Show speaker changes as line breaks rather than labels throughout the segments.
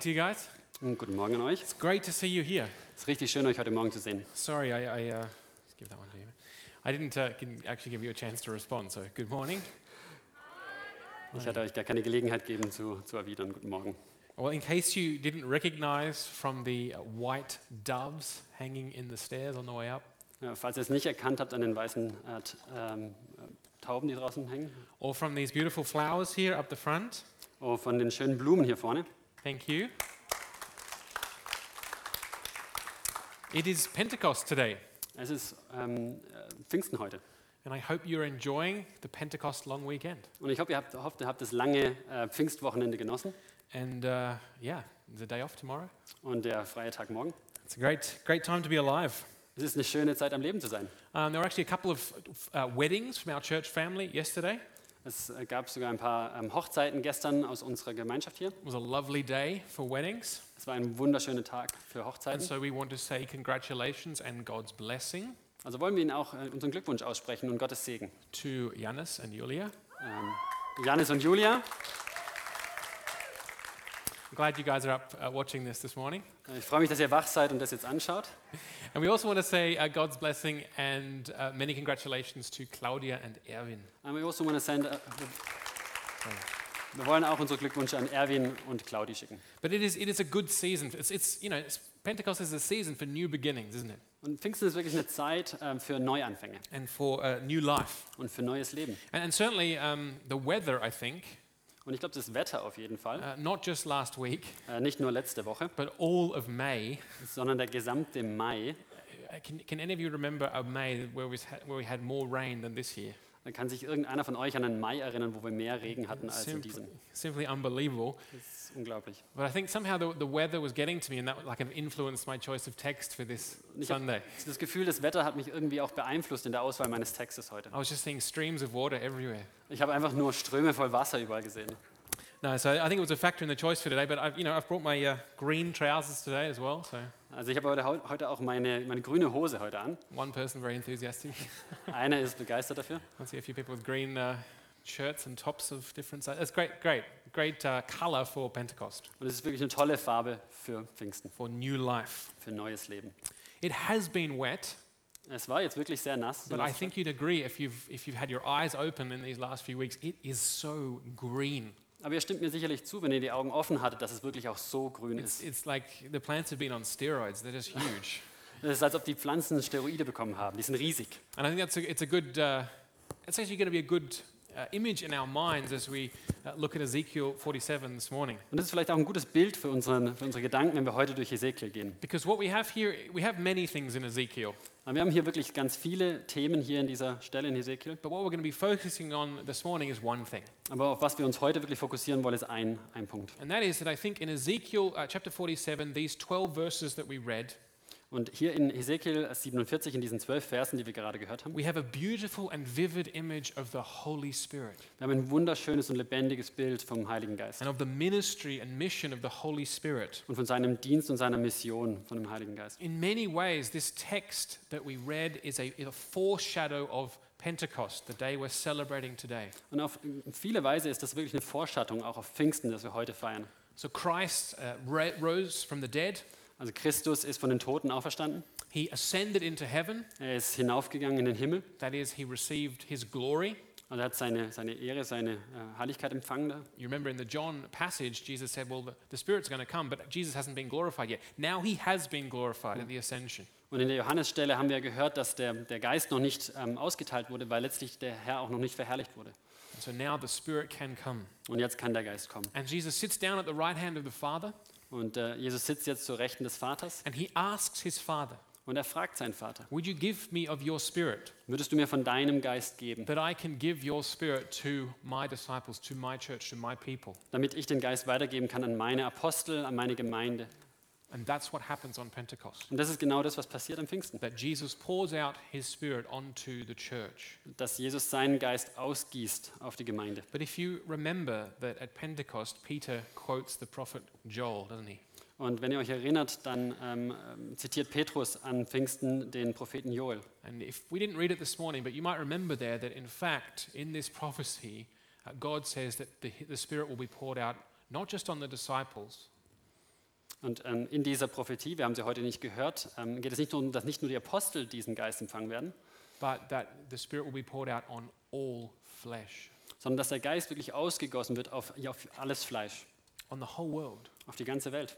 to you guys.
Und Oh, Guten Morgen an euch.
It's great to see you here.
Es ist richtig schön, euch heute Morgen zu sehen.
Sorry, I, I uh, let's give that one to you. I didn't uh, can actually give you a chance to respond. So good morning.
Ich hatte euch gar keine Gelegenheit geben zu, zu erwidern. Guten Morgen.
Well, in case you didn't recognize from the uh, white doves hanging in the stairs on the way up,
Äh, Falls ihr es nicht erkannt habt an den weißen äh, T- ähm, äh, Tauben, die draußen hängen,
or from these beautiful flowers here up the front,
oh, von den schönen Blumen hier vorne.
thank you. It is Pentecost today,
Es ist ähm, äh, Pfingsten heute.
and I hope you're enjoying the Pentecost long weekend.
Und ich hoffe, ihr habt, hofft, ihr habt das lange äh, Pfingstwochenende genossen
And uh, yeah, the day off tomorrow.
und der freie Tag morgen.
It's a great, great time to be alive.
Es ist eine schöne Zeit, am Leben zu sein.
Um, there were actually a couple of uh, weddings from our church family yesterday.
Es äh, gab sogar ein paar ähm, Hochzeiten gestern aus unserer Gemeinschaft hier.
It was a lovely day for weddings.
Es war ein wunderschöner Tag für
And
Hochzeiten.
so we want to say congratulations and God's blessing
Also wollen wir Ihnen auch äh, unseren Glückwunsch aussprechen und Gottes Segen.
to Yanis and Julia.
Ähm, Janis und Julia,
I'm glad you guys are up uh, watching this this morning.
äh, ich freue mich, dass ihr wach seid und das jetzt anschaut.
And we also want to say uh, God's blessing and uh, many congratulations to Claudia and Erwin.
And we also wanna send, äh, wir wollen auch unsere Glückwünsche an Erwin und Claudi schicken.
But it is, it is a good season. It's, it's, you know, it's, Pentecost is a season for new beginnings, isn't it?
Und Pfingsten ist wirklich eine Zeit ähm, für Neuanfänge
And for uh, new life.
und für neues Leben.
And, and certainly um, the weather, I think,
Und ich glaube, das Wetter auf jeden Fall,
uh, not just last week,
äh, nicht nur letzte Woche,
But all of May,
sondern der gesamte Mai,
uh, can, can any of you remember a May where we, had, where we had more rain than this year?
da kann sich irgendeiner von euch an einen Mai erinnern, wo wir mehr Regen hatten als in
Simply,
diesem.
simply unbelievable.
Das ist unglaublich.
But I think somehow the, the weather was getting to me, and that like kind of influenced my choice of text for this
Ich hab-
Sunday.
Das Gefühl, das Wetter hat mich irgendwie auch beeinflusst in der Auswahl meines Textes heute.
I was just seeing streams of water everywhere.
Ich habe einfach nur Ströme voll Wasser überall gesehen.
No, so I think it was a factor in the choice for today. But I've, you know, I've brought my uh, green trousers today as well. So
Also ich habe heute, hau- heute auch meine, meine grüne Hose heute an.
one person very enthusiastic.
Einer ist begeistert dafür.
I see a few people with green uh, shirts and tops of different sizes. That's great, great, great uh, color for Pentecost,
Und es ist wirklich eine tolle Farbe für Pfingsten,
for new life.
für neues Leben.
It has been wet,
Es war jetzt wirklich sehr nass.
but I think you'd agree if you've, if you've had your eyes open in these last few weeks, it is so green.
Aber ihr stimmt mir sicherlich zu, wenn ihr die Augen offen hattet, dass es wirklich auch so grün
It's,
ist.
it's like the plants have been on steroids, they're just huge.
Es ist, als ob die Pflanzen Steroide bekommen haben. Die sind riesig.
and I think that's a, it's a good, uh, it's actually going to be a good uh, image in our minds as we uh, look at Ezekiel 47 this morning.
Und das ist vielleicht auch ein gutes Bild für, unseren, für unsere Gedanken, wenn wir heute durch Ezekiel gehen.
Because what we have here, we have many things in Ezekiel,
Aber wir haben hier wirklich ganz viele Themen hier in dieser Stelle in Ezekiel.
but what we're going to be focusing on this morning is one thing.
Aber auf was wir uns heute wirklich fokussieren wollen, ist ein, ein Punkt.
And that is that I think in Ezekiel uh, chapter 47, these 12 verses that we read,
Und hier in Ezekiel 47, in diesen zwölf Versen, die wir gerade gehört haben,
we have a beautiful and vivid image of the Holy Spirit
Wir haben ein wunderschönes und lebendiges Bild vom Heiligen Geist
and of the ministry and mission of the Holy Spirit.
und von seinem Dienst und seiner Mission von dem Heiligen Geist.
In many ways, this text that we read is a, is a foreshadow of Pentecost, the day we're celebrating today.
Und auf viele Weise ist das wirklich eine Vorschattung auch auf Pfingsten, das wir heute feiern.
So Christ uh, ra- rose from the dead,
Also Christus ist von den Toten auferstanden.
he ascended into heaven,
Er ist hinaufgegangen in den Himmel.
that is, he received his glory.
Also er hat seine, seine Ehre, seine äh, Heiligkeit empfangen. Da.
You remember in the John passage, Jesus said, Well, the, the Spirit's going to come, but Jesus hasn't been glorified yet. Now he has been glorified at the ascension.
Und in der Johannesstelle haben wir gehört, dass der, der Geist noch nicht ähm, ausgeteilt wurde, weil letztlich der Herr auch noch nicht verherrlicht wurde.
And so now the Spirit can come.
Und jetzt kann der Geist kommen.
And Jesus sits down at the right hand of the Father
Und äh, Jesus sitzt jetzt zur Rechten des Vaters
and he asks his Father,
und er fragt seinen Vater,
Would you give me of your spirit
würdest du mir von deinem Geist geben?
that I can give your spirit to my disciples, to my church, to my people?
damit ich den Geist weitergeben kann an meine Apostel, an meine Gemeinde.
And that's what happens on Pentecost.
Und das ist genau das, was passiert am Pfingsten,
That Jesus pours out his spirit onto the church.
dass Jesus seinen Geist ausgießt auf die Gemeinde.
But if you remember that at Pentecost, Peter quotes the prophet Joel, doesn't he?
Und wenn ihr euch erinnert, dann ähm, ähm, zitiert Petrus an Pfingsten den Propheten Joel.
And if we didn't read it this morning, but you might remember there that in fact, in this prophecy, uh, God says that the, the Spirit will be poured out not just on the disciples,
Und ähm, in dieser Prophetie, wir haben sie heute nicht gehört, ähm, geht es nicht nur um, dass nicht nur die Apostel diesen Geist empfangen werden,
but that the Spirit will be poured out on all flesh,
sondern dass der Geist wirklich ausgegossen wird auf, ja, auf alles Fleisch,
on the whole world.
auf die ganze Welt.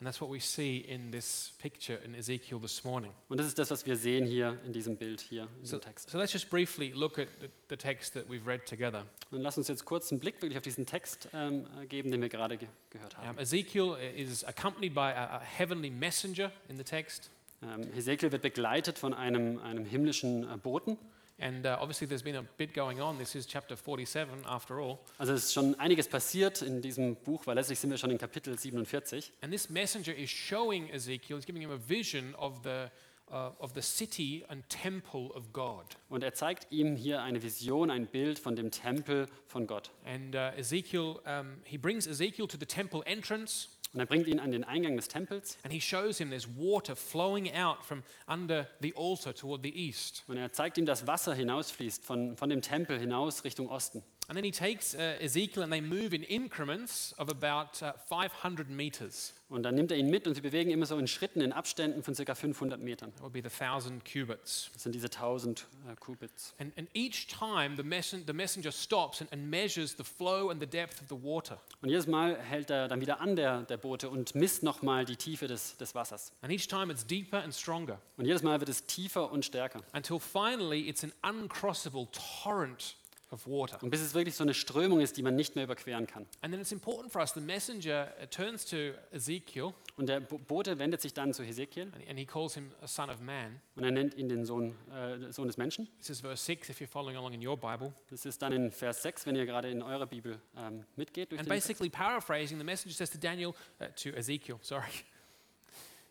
And that's what we see in this picture in Ezekiel this morning.
Und das ist das, was wir sehen hier in diesem Bild, hier in
So,
diesem Text.
so let's just briefly look at the, the text that we've read together.
Und lass uns jetzt kurz einen Blick wirklich auf diesen Text ähm, geben, den wir gerade ge gehört haben.
Um, Ezekiel is accompanied by a, a heavenly messenger in the text.
Ähm, Hesekiel wird begleitet von einem, einem himmlischen äh, Boten.
And uh, obviously, there's been a bit going on. This is chapter 47, after all.
Also es ist schon einiges passiert in diesem Buch, weil letztlich sind wir schon in Kapitel 47.
And this messenger is showing Ezekiel, he's giving him a vision of the, uh, of the city and temple of God.
Und er zeigt ihm hier eine Vision, ein Bild von dem Tempel von Gott.
And uh, Ezekiel, um, he brings Ezekiel to the temple entrance
Und er bringt ihn an den Eingang des Tempels
and he shows him there's water flowing out from under the altar toward the east.
und er zeigt ihm, dass Wasser hinausfließt, von, von dem Tempel hinaus Richtung Osten.
And then he takes uh, Ezekiel and they move in increments of about uh, 500 meters.
Und dann nimmt er ihn mit und sie bewegen immer so in Schritten, in Abständen von ca. 500 Metern.
That would be the thousand cubits.
Das sind diese 1000 äh, Cubits.
And, and each time the, messen- the messenger stops and, and measures the flow and the depth of the water.
Und jedes Mal hält er dann wieder an, der, der Bote, und misst nochmal die Tiefe des, des Wassers.
And each time it's deeper and stronger
Und jedes Mal wird es tiefer und stärker.
until finally it's an uncrossable torrent of water.
Und bis es wirklich so eine Strömung ist, die man nicht mehr überqueren kann.
And then it's important for us the messenger uh, turns to Ezekiel
Und der Bo- Bote wendet sich dann zu Hesekiel
and, and he calls him a son of man.
und er nennt ihn den Sohn, äh, Sohn des Menschen.
This is verse 6 if you're following along in your Bible.
Das ist dann in Vers 6, wenn ihr gerade in eurer Bibel ähm, mitgeht. Durch
And
den
basically, paraphrasing, the messenger says to Daniel, uh, to Ezekiel, sorry,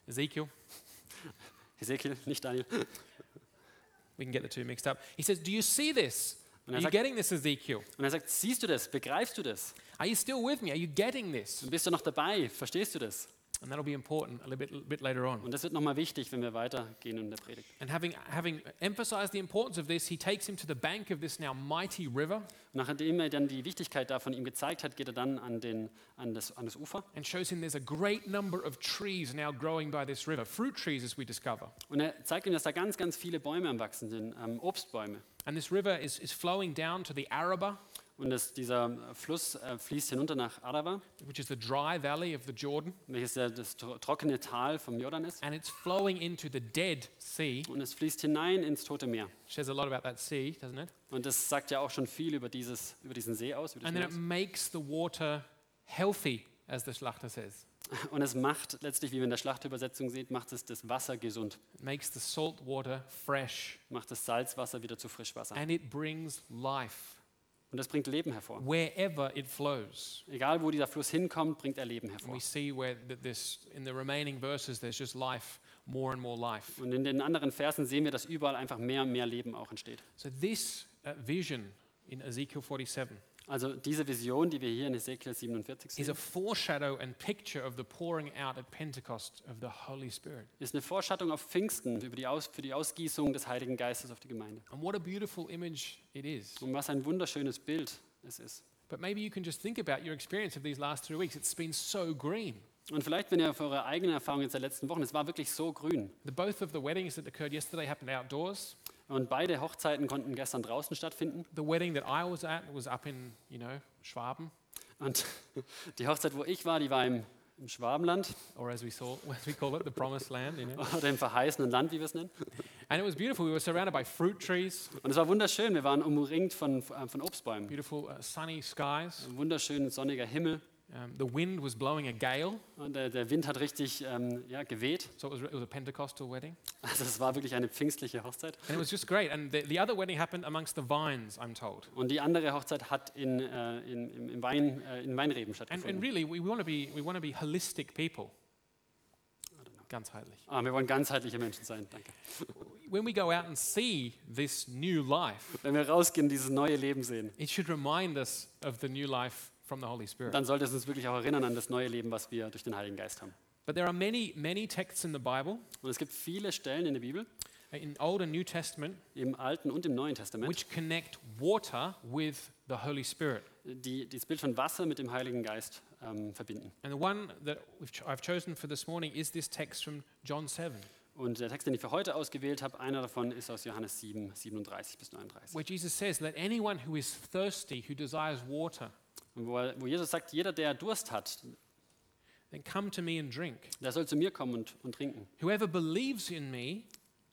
Ezekiel,
Hesekiel, nicht Daniel.
we can get the two mixed up. He says, Do you see this?
Und
Are
er,
you
sagt,
getting this, Ezekiel?
und er sagt, siehst du das? Begreifst du das?
Are you still with me? Are you getting this?
Und bist du noch dabei? Verstehst du das?
And that'll be important a little bit, little bit later on.
Und das wird nochmal wichtig, wenn wir weitergehen in der Predigt.
And having, having emphasized the importance of this, he takes him to the bank of this now mighty river
Und nachdem er dann die Wichtigkeit davon ihm gezeigt hat, geht er dann an, den, an, das, an das Ufer.
and shows him there's a great number of trees now growing by this river, fruit trees, as we discover.
Und er zeigt ihm, dass da ganz, ganz viele Bäume am Wachsen sind, ähm, Obstbäume.
And this river is, is flowing down to the Araba,
Und das, dieser Fluss äh, fließt hinunter nach Arava,
which is the dry valley of the Jordan.
welches ja das tro- trockene Tal vom Jordan ist.
and it's flowing into the Dead Sea.
Und es fließt hinein ins Tote Meer.
Says a lot about that sea, doesn't it?
Und das sagt ja auch schon viel über, dieses, über diesen See aus. Über
And then it
diesen
makes the water healthy, as the Schlachter says.
Meer. Und es macht letztlich, wie wir in der Schlachtübersetzung sehen, macht es das Wasser gesund,
It makes the salt water fresh,
macht das Salzwasser wieder zu Frischwasser.
and it brings life
Und das bringt Leben hervor.
wherever it flows.
Egal, wo dieser Fluss hinkommt, bringt er Leben
And
hervor.
we see where th- this in the remaining verses. There's just life, more and more life.
Und in den anderen Versen sehen wir, dass überall einfach mehr und mehr Leben auch entsteht.
So this uh, vision in Ezekiel 47
Also diese Vision, die wir hier in Ezekiel 47
is
sehen,
a foreshadow and picture of the pouring out at Pentecost of the Holy Spirit.
ist eine Vorschattung auf Pfingsten über die Aus, für die Ausgießung des Heiligen Geistes auf die Gemeinde.
And what a beautiful image it is.
Und was ein wunderschönes Bild es ist.
But maybe you can just think about your experience of these last three weeks. It's been so green.
Und vielleicht, wenn ihr auf eure eigene Erfahrung jetzt der letzten Wochen, es war wirklich so grün.
The both of the weddings that occurred yesterday happened outdoors.
Und beide Hochzeiten konnten gestern draußen stattfinden.
The wedding that I was at was up in, you know, Schwaben,
Und die Hochzeit, wo ich war, die war im, im Schwabenland
or as we saw, as we call it, the Promised Land, you know.
oder im verheißenen Land, wie wir es nennen.
And it was beautiful. We were surrounded by fruit trees,
Und es war wunderschön. Wir waren umringt von, äh, von Obstbäumen.
beautiful uh, sunny skies.
Ein wunderschön sonniger Himmel.
Um, the wind was blowing a gale,
Und der, der Wind hat richtig ähm, ja, geweht.
so it was, it was a Pentecostal wedding,
Also es war wirklich eine pfingstliche Hochzeit.
and it was just great. And the, the other wedding happened amongst the vines, I'm told.
Und die andere Hochzeit hat in, äh, in, im- im Wein, äh, in Weinreben
And, and
stattgefunden.
really, we, we want to be we want to be holistic people. Ganzheitlich.
Ah, wir wollen ganzheitliche Menschen sein, danke.
when we go out and see this new life,
Wenn wir rausgehen, dieses neue Leben sehen,
it should remind us of the new life from the Holy Spirit.
dann sollte es uns wirklich auch erinnern an das neue Leben, was wir durch den Heiligen Geist haben.
But there are many, many texts in the Bible, uh,
Und es gibt viele Stellen in der Bibel,
in Old and New Testament,
im Alten und im Neuen Testament,
which connect water with the Holy Spirit.
die, die das Bild von Wasser mit dem Heiligen Geist ähm, verbinden.
And the one that we've cho- I've chosen for this morning is this text from John 7,
Und der Text, den ich für heute ausgewählt habe, einer davon ist aus Johannes 7, 37 bis 39.
where Jesus says, Let anyone who is thirsty, who desires water,
Und Wo, er- wo Jesus sagt, jeder, der Durst hat,
then come to me and drink.
der soll zu mir kommen und, und trinken.
Whoever believes in me,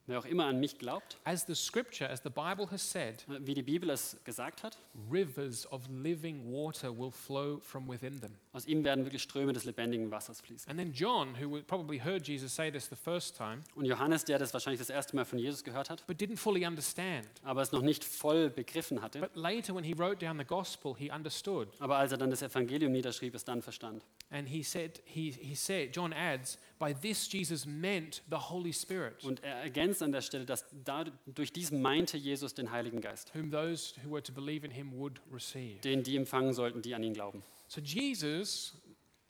Wer auch immer an mich glaubt,
as the scripture, as the Bible has said,
äh, wie die Bibel es gesagt hat,
rivers of living water will flow from within them.
aus ihm werden wirklich Ströme des lebendigen Wassers fließen.
And then John, who would- probably heard Jesus say this the first time,
Und Johannes, der das wahrscheinlich das erste Mal von Jesus gehört hat,
but didn't fully understand.
aber es noch nicht voll begriffen hatte,
But later, when he wrote down the gospel, he understood.
aber als er dann das Evangelium niederschrieb, es dann verstand.
And he said, he, he said, John adds, by this Jesus meant the Holy Spirit,
Und er ergänzt an der Stelle, dass dadurch, durch diesen meinte Jesus den Heiligen Geist,
whom those who were to believe in him would receive.
den die empfangen sollten, die an ihn glauben.
So Jesus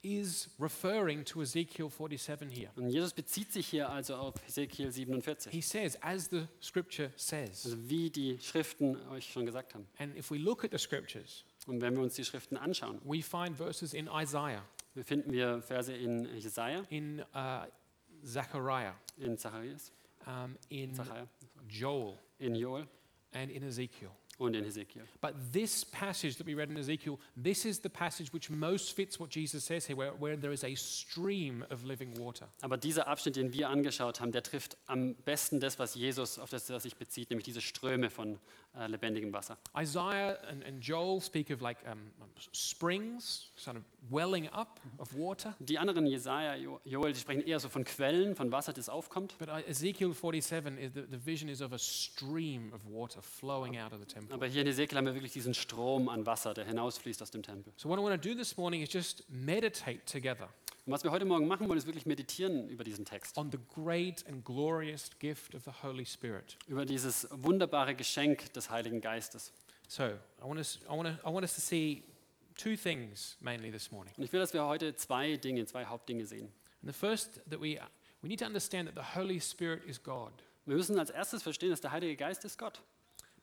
is referring to Ezekiel 47 here.
Und Jesus bezieht sich hier also auf Hesekiel 47,
He says, as the scripture says.
also wie die Schriften euch schon gesagt haben.
And if we look at the scriptures,
Und wenn wir uns die Schriften anschauen,
we find verses in Isaiah,
wir finden wir Verse in Jesaja,
in uh, Zechariah,
in Zacharias,
um, in
Zachariah,
Joel,
in Joel
and in Ezekiel.
und in Hesekiel.
But this passage that we read in Ezekiel, this is the passage which most fits what Jesus says here, where, where there is a stream of living water.
Aber dieser Abschnitt, den wir angeschaut haben, der trifft am besten das, was Jesus auf das er sich bezieht, nämlich diese Ströme von äh, lebendigem Wasser.
Isaiah and, and Joel speak of like um, um, springs, sort of welling up of water.
Die anderen, Jesaja, Jo- Joel, die sprechen eher so von Quellen, von Wasser, das aufkommt.
But I- Ezekiel 47, is the, the vision is of a stream of water flowing out of the temple.
Aber hier in Hesekiel haben wir wirklich diesen Strom an Wasser, der hinausfließt aus dem Tempel.
So, what I want to do this morning is just meditate together
Und was wir heute Morgen machen wollen, ist wirklich meditieren über diesen Text,
on the great and glorious gift of the Holy Spirit.
über dieses wunderbare Geschenk des Heiligen Geistes.
So, I want, us, I, want to, I want us to see two things mainly this morning.
Und ich will, dass wir heute zwei Dinge, zwei Hauptdinge sehen.
And the first that we we need to understand that the Holy Spirit is God,
Wir müssen als erstes verstehen, dass der Heilige Geist ist Gott.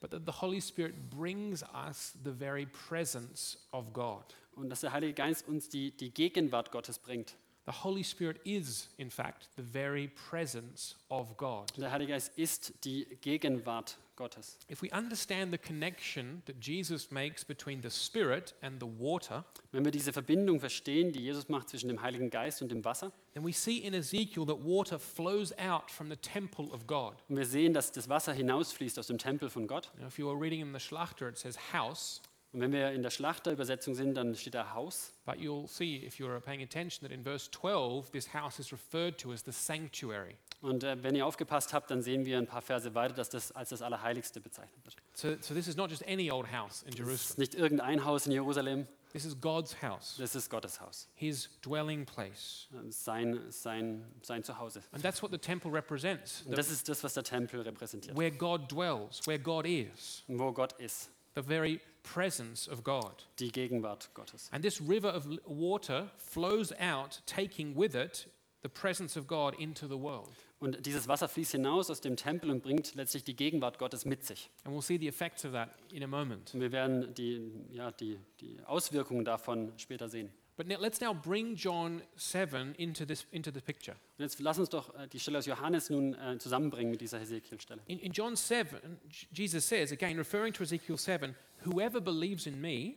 but that the Holy Spirit brings us the very presence of God.
Und dass der Heilige Geist uns die, die Gegenwart Gottes bringt.
The Holy Spirit is, in fact, the very presence of God.
Der Heilige Geist ist die Gegenwart Gottes.
If we understand the connection that Jesus makes between the Spirit and the water,
Wenn wir diese Verbindung verstehen, die Jesus macht zwischen dem Heiligen Geist und dem Wasser,
then we see in Ezekiel that water flows out from the temple of God.
und wir sehen, dass das Wasser hinausfließt aus dem Tempel von Gott,
Now, if you are reading in the Schlachter, it says house,
und wenn wir in der Schlachterübersetzung sind, dann steht da Haus.
but you'll see if you're paying attention that in verse 12, this house is referred to as the sanctuary.
Und äh, wenn ihr aufgepasst habt, dann sehen wir ein paar Verse weiter, dass das als das Allerheiligste bezeichnet wird.
So, so this is not just any old house in
Das
Jerusalem.
ist nicht irgendein Haus in Jerusalem,
This is God's house,
das ist Gottes Haus,
his dwelling place.
äh, sein, sein, sein Zuhause.
And that's what the temple represents
Und das ist das, was der Tempel repräsentiert,
where God dwells, where God is,
wo Gott ist,
the very presence of God.
die Gegenwart Gottes.
And this river of l- water flows out, taking with it the presence of God into the world.
Und dieses Wasser fließt hinaus aus dem Tempel und bringt letztlich die Gegenwart Gottes mit sich.
And we'll see the effects of that in a moment.
Und wir werden die, ja, die, die Auswirkungen davon später sehen.
But now, let's now bring John 7 into, this, into the picture.
Und jetzt lass uns doch äh, die Stelle aus Johannes nun äh, zusammenbringen mit dieser Hesekiel-Stelle.
In, in John 7, J- Jesus says, again, referring to Ezekiel 7, whoever believes in me,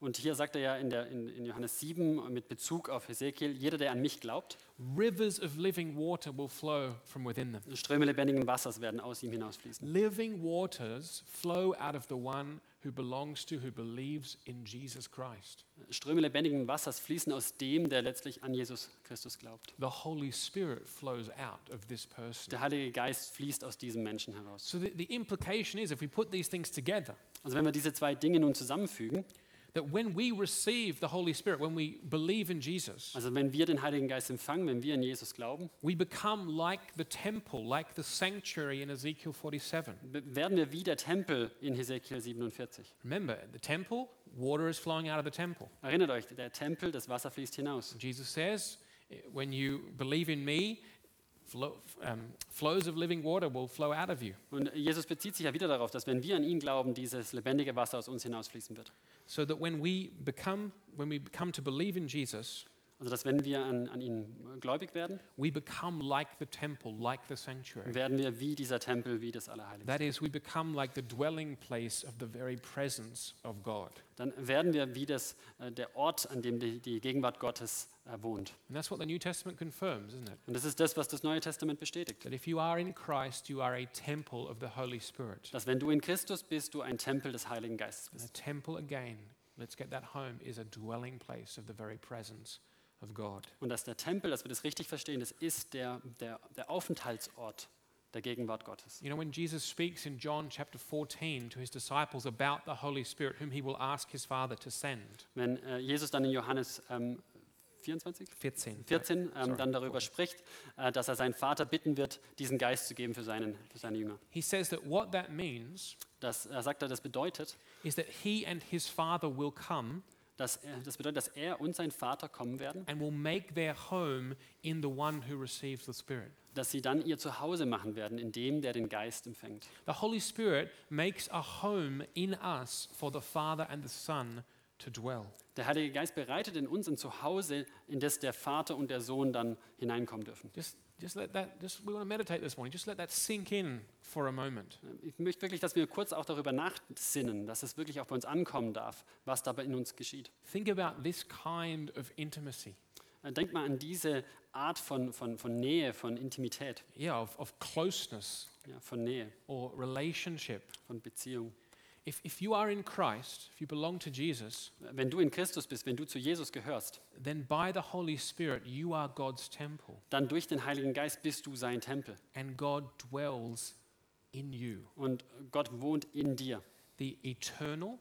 Und hier sagt er ja in, der, in, in Johannes 7 mit Bezug auf Hesekiel, jeder, der an mich glaubt,
rivers of living water will flow from within them.
Ströme lebendigen Wassers werden aus ihm hinausfließen.
Living waters flow out of the one who belongs to, who believes in Jesus Christ.
Ströme lebendigen Wassers fließen aus dem, der letztlich an Jesus Christus glaubt.
The Holy Spirit flows out of this person.
Der Heilige Geist fließt aus diesem Menschen heraus.
So the, the implication is if we put these things together,
Also wenn wir diese zwei Dinge nun zusammenfügen,
that when we receive the Holy Spirit, when we believe in Jesus,
also wenn wir den Heiligen Geist empfangen, wenn wir an Jesus glauben,
we become like the temple, like the sanctuary in Ezekiel 47.
be- werden wir wie der Tempel in Hesekiel 47.
Remember, the temple, water is flowing out of the temple.
Erinnert euch, der Tempel, das Wasser fließt hinaus.
Jesus says, When you believe in me, flo- um, flows of living water will flow out of you.
Und Jesus bezieht sich ja wieder darauf, dass wenn wir an ihn glauben, dieses lebendige Wasser aus uns hinausfließen wird.
So that when we become, when we come to believe in Jesus,
Also dass wenn wir an, an ihn gläubig werden,
we become like the temple, like the sanctuary.
werden wir wie dieser Tempel, wie das Allerheiligste.
That is, we become like the dwelling place of the very presence of God.
Dann werden wir wie das, äh, der Ort, an dem die, die Gegenwart Gottes äh, wohnt.
And that's what the New Testament confirms, isn't it?
Und das ist das, was das Neue Testament bestätigt.
That if you are in Christ, you are a temple of the Holy Spirit.
Dass wenn du in Christus bist, du ein Tempel des Heiligen Geistes
And
bist.
a temple, again, let's get that home, is a dwelling place of the very presence of God.
Und dass der Tempel, dass wir das richtig verstehen, das ist der, der, der Aufenthaltsort der Gegenwart Gottes.
You know, when Jesus speaks in John chapter 14 to his disciples about the Holy Spirit, whom he will ask his Father to send,
Wenn äh, Jesus dann in Johannes ähm, 24,
14,
14 ähm,
Sorry.
dann darüber spricht, äh, dass er seinen Vater bitten wird, diesen Geist zu geben für, seinen, für seine Jünger.
he says that what that means
Das äh, sagt er, das bedeutet,
is that he and his Father will come
dass er, das bedeutet, dass er und sein Vater kommen werden,
and will make their home in the one who receives the Spirit.
dass sie dann ihr Zuhause machen werden, in dem, der den Geist empfängt.
The Holy Spirit makes a home in us for the Father and the Son to dwell.
Der Heilige Geist bereitet in uns ein Zuhause, in das der Vater und der Sohn dann hineinkommen dürfen.
Just, just let that, just, we want to meditate this morning. Just let that sink in for a moment.
Ich möchte wirklich, dass wir kurz auch darüber nachsinnen, dass es wirklich auch bei uns ankommen darf, was dabei in uns geschieht.
Think about this kind of intimacy,
Äh, Denkt mal an diese Art von, von, von Nähe, von Intimität,
yeah, of, of closeness
ja, von Nähe,
or relationship.
von Beziehung.
If, if you are in Christ, if you belong to Jesus,
Wenn du in Christus bist, wenn du zu Jesus gehörst,
then by the Holy Spirit, you are God's temple
dann durch den Heiligen Geist bist du sein Tempel
and God dwells in you.
und Gott wohnt in dir.
The eternal,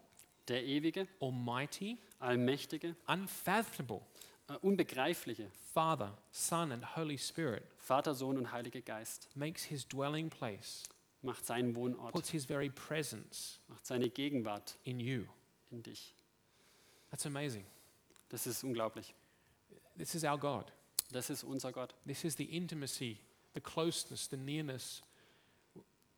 Der ewige,
almighty,
allmächtige,
unfathomable
äh, unbegreifliche
Father, Son, and Holy Spirit
Vater, Sohn und Heiliger Geist
makes his dwelling place,
macht seinen Wohnort,
puts his very presence
macht seine Gegenwart
in you.
in dich.
That's amazing.
Das ist unglaublich.
This is our God.
Das ist unser Gott.
This is the intimacy, the closeness, the nearness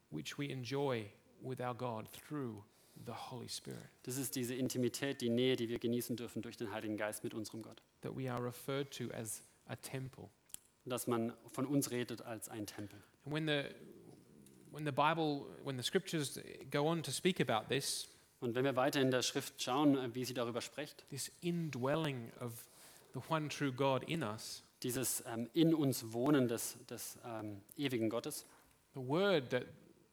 which we enjoy with our God through the Holy Spirit
Das ist diese Intimität, die Nähe, die wir genießen dürfen durch den Heiligen Geist mit unserem Gott.
that we are referred to as a temple.
Dass man von uns redet als ein Tempel.
And when the when the Bible, when the scriptures go on to speak about this,
Und wenn wir weiter in der Schrift schauen, äh, wie sie darüber spricht,
this indwelling of the one true God in us,
dieses ähm, in uns Wohnen des, des ähm, ewigen Gottes.
The word that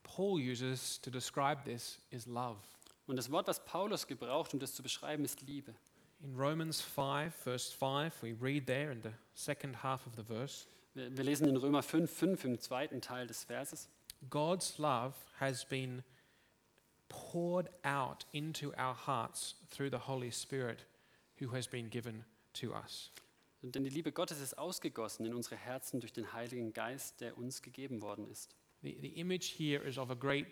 Paul uses to describe this is love.
Und das Wort, was Paulus gebraucht, um das zu beschreiben, ist Liebe.
In Romans 5, verse 5, we read there in the second half of the verse
Wir, wir lesen in Römer 5, 5 im zweiten Teil des Verses.
God's love has been poured out into our hearts through the Holy Spirit who has been given to us.
Denn die Liebe Gottes ist ausgegossen in unsere Herzen durch den Heiligen Geist, der uns gegeben worden ist.
The, the image here is of a great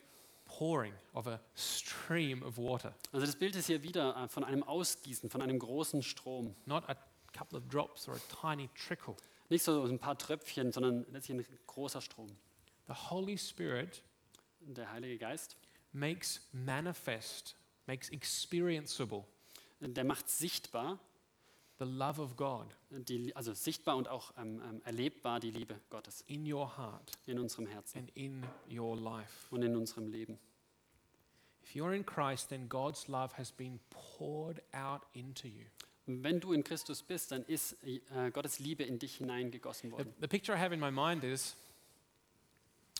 pouring, of a stream of water,
Also das Bild ist hier wieder äh, von einem Ausgießen, von einem großen Strom.
not a couple of drops or a tiny trickle.
Nicht so ein paar Tröpfchen, sondern letztlich ein großer Strom.
The Holy Spirit
Der Heilige Geist,
makes manifest, makes experienceable
äh, der macht sichtbar,
the love of God
äh, die, also sichtbar und auch ähm, ähm, erlebbar die Liebe Gottes
in your heart
in unserem Herzen
and in your life.
und in unserem Leben.
If you're in Christ, then God's love has been poured out into you.
Und wenn du in Christus bist, dann ist äh, Gottes Liebe in dich hineingegossen
The,
worden.
the picture I have in my mind is,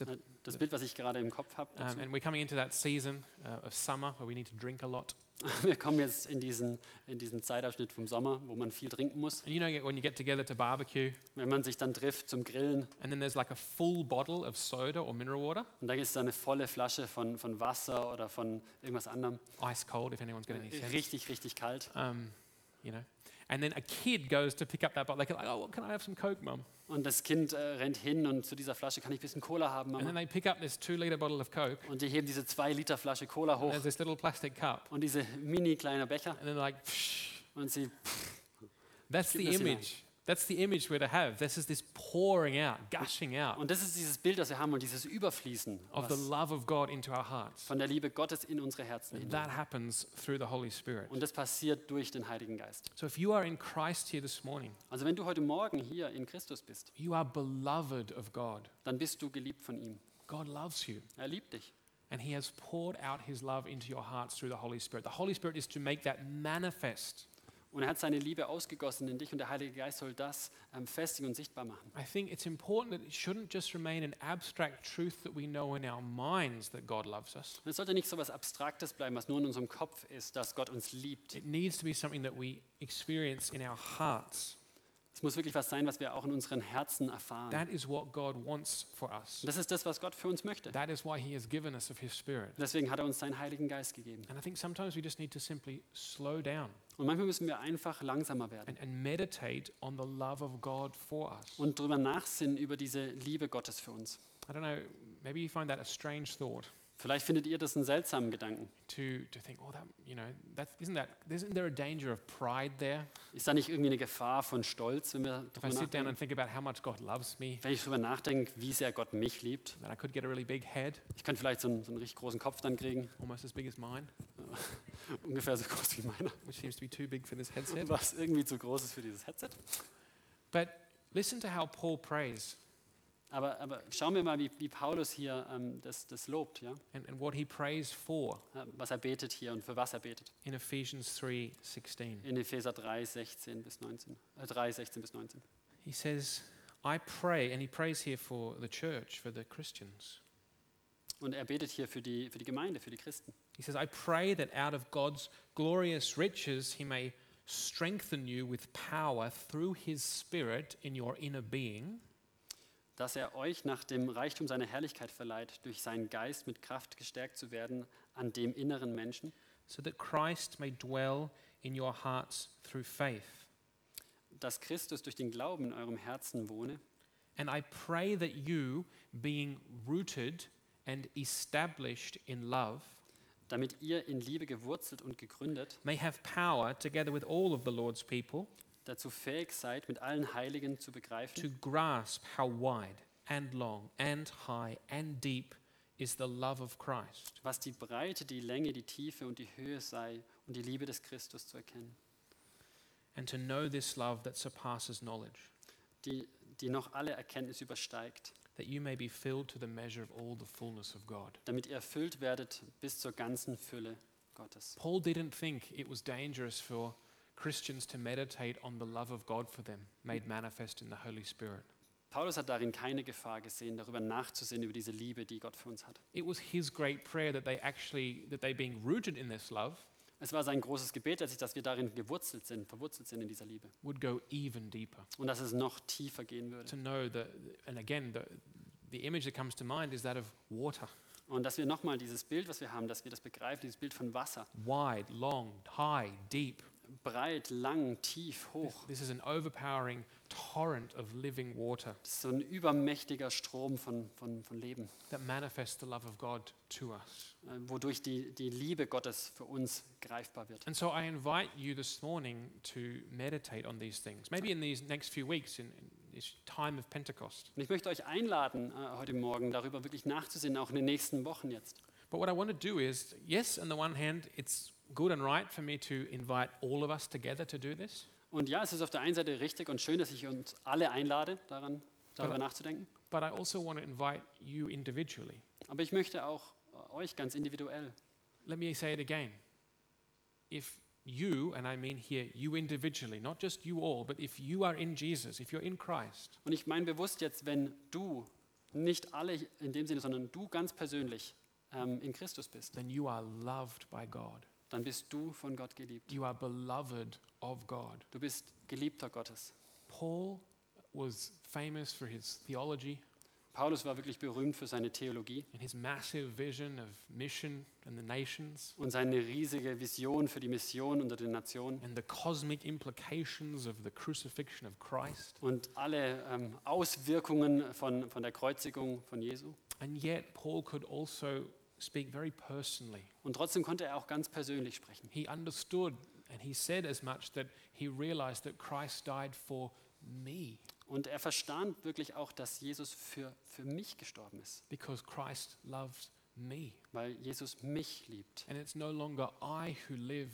Äh, Das Bild, was ich gerade im Kopf habe,
um,
dazu.
and we're coming into that season uh, of summer where we need to drink a lot.
wir kommen jetzt in diesen, in diesen Zeitabschnitt vom Sommer, wo man viel trinken muss.
And you know, when you get together to barbecue,
Wenn man sich dann trifft zum Grillen
and then there's like a full bottle of soda or mineral water,
und da ist da eine volle Flasche von, von Wasser oder von irgendwas anderem.
ice cold, if anyone's got any sense.
Richtig, richtig kalt.
Um, you know, and then a kid goes to pick up that bottle. They're like, "Oh, well, can I have some Coke, Mum?"
Und das Kind äh, rennt hin und zu dieser Flasche kann ich ein bisschen Cola haben,
And
Mama.
then they pick up this two liter bottle of Coke.
Und die heben diese 2 Liter Flasche Cola
And
hoch
there's this little plastic cup.
und diese mini kleiner Becher
And then they're like, Psh.
und sie,
that's
Keep
the
this in
image. That's the image we're to have. This is this pouring out, gushing out
Und das ist dieses Bild, das wir haben und dieses Überfließen
of the
was
love of God into our hearts.
von der Liebe Gottes in unsere Herzen.
And
hinein.
that happens through the Holy Spirit.
Und das passiert durch den Heiligen Geist.
So if you are in Christ here this morning,
Also wenn du heute Morgen hier in Christus bist,
you are beloved of God.
dann bist du geliebt von ihm.
God loves you.
Er liebt dich.
And he has poured out his love into your hearts through the Holy Spirit. The Holy Spirit is to make that manifest.
Und er hat seine Liebe ausgegossen in dich und der Heilige Geist soll das ähm, festigen und sichtbar machen.
I think it's important that it shouldn't just remain an abstract truth that we know in our minds that God loves us.
Und es sollte nicht so etwas Abstraktes bleiben, was nur in unserem Kopf ist, dass Gott uns liebt.
It needs to be something that we experience in our hearts.
Es muss wirklich was sein, was wir auch in unseren Herzen erfahren.
That is what God wants for us.
Und das ist das, was Gott für uns möchte.
That is why he has given us of his spirit.
Deswegen hat er uns seinen Heiligen Geist gegeben.
And I think sometimes we just need to simply slow down
Und manchmal müssen wir einfach langsamer werden
and, and meditate on the love of God for us.
und darüber nachsinnen über diese Liebe Gottes für uns.
I don't know, maybe you find that a strange thought
Vielleicht findet ihr das einen seltsamen Gedanken.
to, to think, oh, that, you know, that, isn't, that, isn't there a danger of pride there?
Ist da nicht irgendwie eine Gefahr von Stolz, wenn wir
If I
darüber
sit down and
nachdenken?
think about how much God loves me,
Wenn ich darüber nachdenke, wie sehr Gott mich liebt,
then I could get a really big head,
ich könnte vielleicht so einen, so einen richtig großen Kopf dann kriegen,
almost as big as mine,
ungefähr so groß wie meiner,
which seems to be too big for this headset.
was irgendwie zu groß ist für dieses Headset.
But listen to how Paul prays
Aber, aber schauen wir mal, wie, wie Paulus hier ähm, das, das lobt, ja?
and, and what he prays for
Äh, was er betet hier und für was er betet.
in Ephesians 3:16.
In Epheser 3, 16 bis 19. Äh, 3, 16 bis 19.
He says, I pray, and he prays here for the church, for the Christians.
Und er betet hier für die, für die Gemeinde, für die Christen.
He says, I pray that out of God's glorious riches he may strengthen you with power through his Spirit in your inner being,
Dass er euch nach dem Reichtum seiner Herrlichkeit verleiht, durch seinen Geist mit Kraft gestärkt zu werden an dem inneren Menschen,
so that Christ may dwell in your hearts through faith.
dass Christus durch den Glauben in eurem Herzen wohne.
And I pray that you, being rooted and established in love,
damit ihr in Liebe gewurzelt und gegründet
may have power, together with all of the Lord's people,
dazu fähig seid, mit allen Heiligen zu begreifen,
to grasp how wide and long and high and deep is the love of Christ.
was die Breite, die Länge, die Tiefe und die Höhe sei und die Liebe des Christus zu erkennen,
and to know this love that surpasses knowledge,
die, die noch alle Erkenntnis übersteigt,
that you may be filled to the measure of all the fullness of God.
damit ihr erfüllt werdet bis zur ganzen Fülle Gottes.
Paul didn't think it was dangerous for Christians to meditate on the love of God for them, made manifest in the Holy Spirit.
Paulus hat darin keine Gefahr gesehen, darüber nachzusehen, über diese Liebe, die Gott für uns hat.
It was his great prayer that they actually, that they being rooted in this love,
Es war sein großes Gebet, dass ich- dass wir darin gewurzelt sind, verwurzelt sind in dieser Liebe
would go even deeper.
und dass es noch tiefer gehen würde.
To know that, and again, the, the image that comes to mind is that of water
Und dass wir nochmal dieses Bild, was wir haben, dass wir das begreifen, dieses Bild von Wasser,
wide, long, high, deep.
breit, lang, tief, hoch.
This is an overpowering torrent of living water.
Das ist so ein übermächtiger Strom von, von, von Leben,
that manifests the love of God to us.
äh, wodurch die, die Liebe Gottes für uns greifbar wird.
And so I invite you this morning to meditate on these things, maybe in these next few weeks, in, in this time of Pentecost.
Und ich möchte euch einladen, äh, heute Morgen darüber wirklich nachzusehen, auch in den nächsten Wochen jetzt.
But what I want to do is, yes, on the one hand, it's good and right for me to invite all of us together to do this.
Und ja, es ist auf der einen Seite richtig und schön, dass ich uns alle einlade, daran, darüber
Aber-
nachzudenken.
But I also want to invite you individually.
Aber ich möchte auch äh, euch ganz individuell,
Let me say it again. If you, and I mean here you individually, not just you all, but if you are in Jesus, if you're in Christ,
und ich meine bewusst jetzt, wenn du, nicht alle in dem Sinne, sondern du ganz persönlich ähm, in Christus bist,
then you are loved by God.
dann bist du von Gott geliebt.
You are beloved of God.
Du bist Geliebter Gottes.
Paul was famous for his theology
Paulus war wirklich berühmt für seine Theologie
and his massive vision of mission and the nations
und seine riesige Vision für die Mission unter den Nationen
and the cosmic implications of the crucifixion of Christ.
und alle ähm, Auswirkungen von, von der Kreuzigung von Jesu.
And yet, Paul could also speak very personally.
Und trotzdem konnte er auch ganz persönlich sprechen.
He understood and he said as much that he realized that Christ died for me
Und er verstand wirklich auch, dass Jesus für, für mich gestorben ist,
because Christ loved me.
weil Jesus mich liebt.
And it's no longer I who live,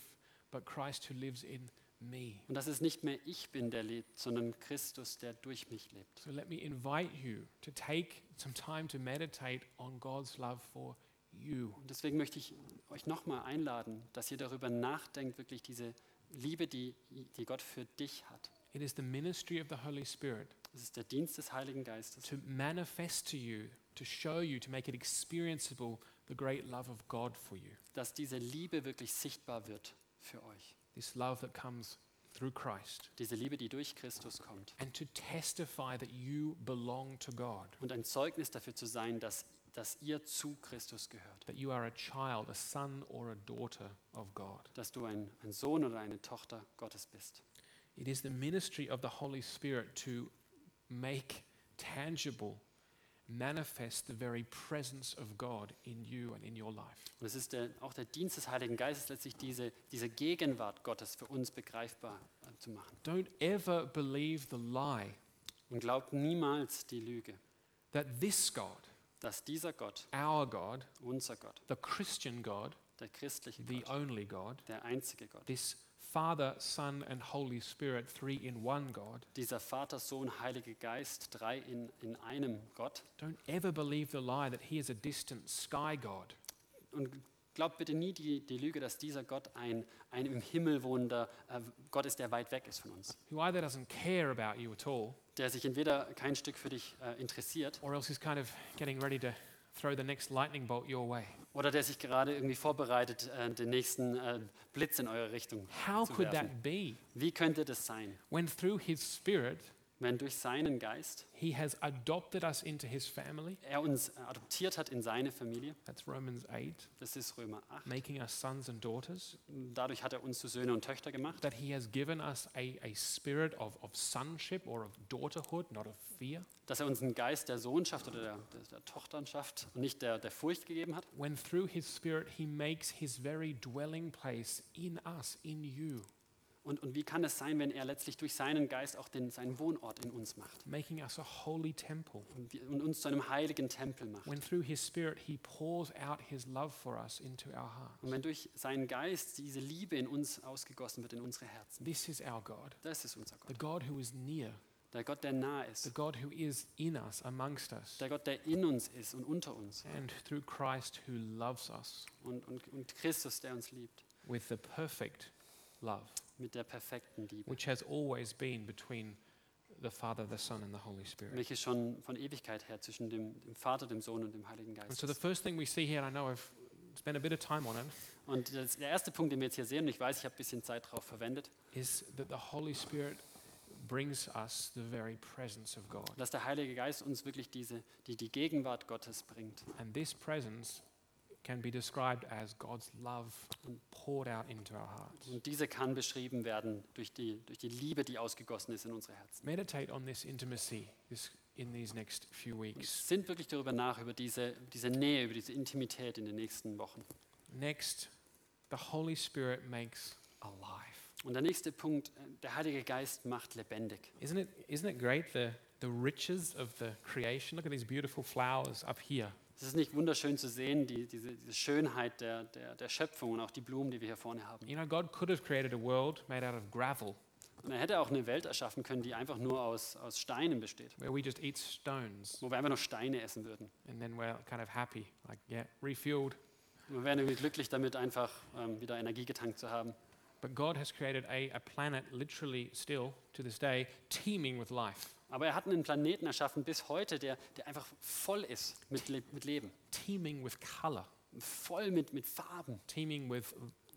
but Christ who lives in me.
Und dass es nicht mehr ich bin, der lebt, sondern Christus, der durch mich lebt.
So let me invite you to take some time to meditate on God's love for you.
Und deswegen möchte ich euch nochmal einladen, dass ihr darüber nachdenkt, wirklich diese Liebe, die, die Gott für dich hat.
It is the ministry of the Holy Spirit
Es ist der Dienst des Heiligen Geistes,
to manifest to you, to show you, to make it experienceable the great love of God for you.
dass diese Liebe wirklich sichtbar wird für euch.
This love that comes through Christ.
Diese Liebe, die durch Christus kommt.
And to testify that you belong to God,
Und ein Zeugnis dafür zu sein, dass, dass ihr zu Christus gehört.
that you are a child, a son or a daughter of God.
Dass du ein, ein Sohn oder eine Tochter Gottes bist.
It is the ministry of the Holy Spirit to make tangible, manifest the very presence of God in you and in your life.
Und es ist der, auch der Dienst des Heiligen Geistes, letztlich diese, diese Gegenwart Gottes für uns begreifbar äh, zu machen.
Don't ever believe the lie
Und glaubt niemals die Lüge,
that this God,
dass dieser Gott,
our God,
unser Gott,
the Christian God,
der christliche
the
Gott,
only God,
der einzige Gott,
this Father, Son, and Holy Spirit, three in one God,
dieser Vater, Sohn, Heilige Geist, drei in, in einem Gott.
don't ever believe the lie that he is a distant sky God,
Und glaubt bitte nie die, die Lüge, dass dieser Gott ein, ein im Himmel wohnender äh, Gott ist, der weit weg ist von uns.
who either doesn't care about you at all,
Der sich entweder kein Stück für dich äh, interessiert
or else is kind of getting ready to throw the next lightning bolt your way.
oder der sich gerade irgendwie vorbereitet, äh, den nächsten äh, Blitz in eure Richtung
How
zu
could
werfen.
that be
Wie könnte das sein,
when through his spirit
wenn durch seinen Geist
he has adopted us into his family?
er uns äh, adoptiert hat in seine Familie?
That's Romans 8,
Das ist Römer 8.
making us sons and daughters.
Dadurch hat er uns zu Söhne und Töchter gemacht.
That he has given us a, a spirit of, of sonship or of daughterhood, not of fear.
dass er uns einen Geist der Sohnschaft oder der, der, der Tochterschaft und nicht der, der Furcht gegeben hat,
When through his spirit he makes his very dwelling place in us, in you,
Und, und wie kann es sein, wenn er letztlich durch seinen Geist auch den, seinen Wohnort in uns macht
making us a holy temple.
und, wir, und uns zu einem heiligen Tempel macht?
When through his spirit he pours out his love for us into our
Und
hearts.
wenn durch seinen Geist diese Liebe in uns ausgegossen wird, in unsere Herzen.
This is our God,
Das ist unser
the
Gott.
God who is near,
Der Gott, der nah
the
ist.
God who is in us, amongst us,
Der Gott, der in uns ist und unter uns.
and through Christ who loves us
Und, und, und Christus, der uns liebt.
with the perfect love,
Mit der perfekten Liebe.
which has always been between the Father, the Son, and the Holy Spirit.
Welche schon von Ewigkeit her zwischen dem, dem Vater, dem Sohn und dem Heiligen
And
Geist.
so the
ist.
first thing we see here, and I know I've spent a bit of time on it,
Und das, der erste Punkt, den wir jetzt hier sehen, und ich weiß, ich habe ein bisschen Zeit drauf verwendet,
is that the Holy Spirit brings us the very presence of God.
dass der Heilige Geist uns wirklich diese, die, die Gegenwart Gottes bringt.
And this presence can be described as God's love poured out into our hearts.
Und diese kann beschrieben werden durch die, durch die Liebe, die ausgegossen ist in unsere Herzen.
Meditate on this intimacy this, in these next few
Und
weeks.
Sind wirklich darüber nach, über diese, diese Nähe, über diese Intimität in den nächsten Wochen.
Next, the Holy Spirit makes alive.
Und der nächste Punkt, äh, der Heilige Geist macht lebendig.
Isn't it, isn't it great the, the riches of the creation? Look at these beautiful flowers up here.
Es ist nicht wunderschön zu sehen, die, diese, diese Schönheit der, der, der Schöpfung und auch die Blumen, die wir hier vorne haben.
You know, God could have created a world made out of gravel
Und er hätte auch eine Welt erschaffen können, die einfach nur aus, aus Steinen besteht,
where we just eat stones
wo wir einfach nur Steine essen würden.
and then we're kind of happy, like, yeah, refueled.
Wir wären irgendwie glücklich damit, einfach ähm, wieder Energie getankt zu haben.
But God has created a, a planet, literally still to this day, teeming with life,
Aber er hat einen Planeten erschaffen bis heute, der, der einfach voll ist mit, Le mit Leben,
teeming with color,
voll mit, mit Farben,
teeming with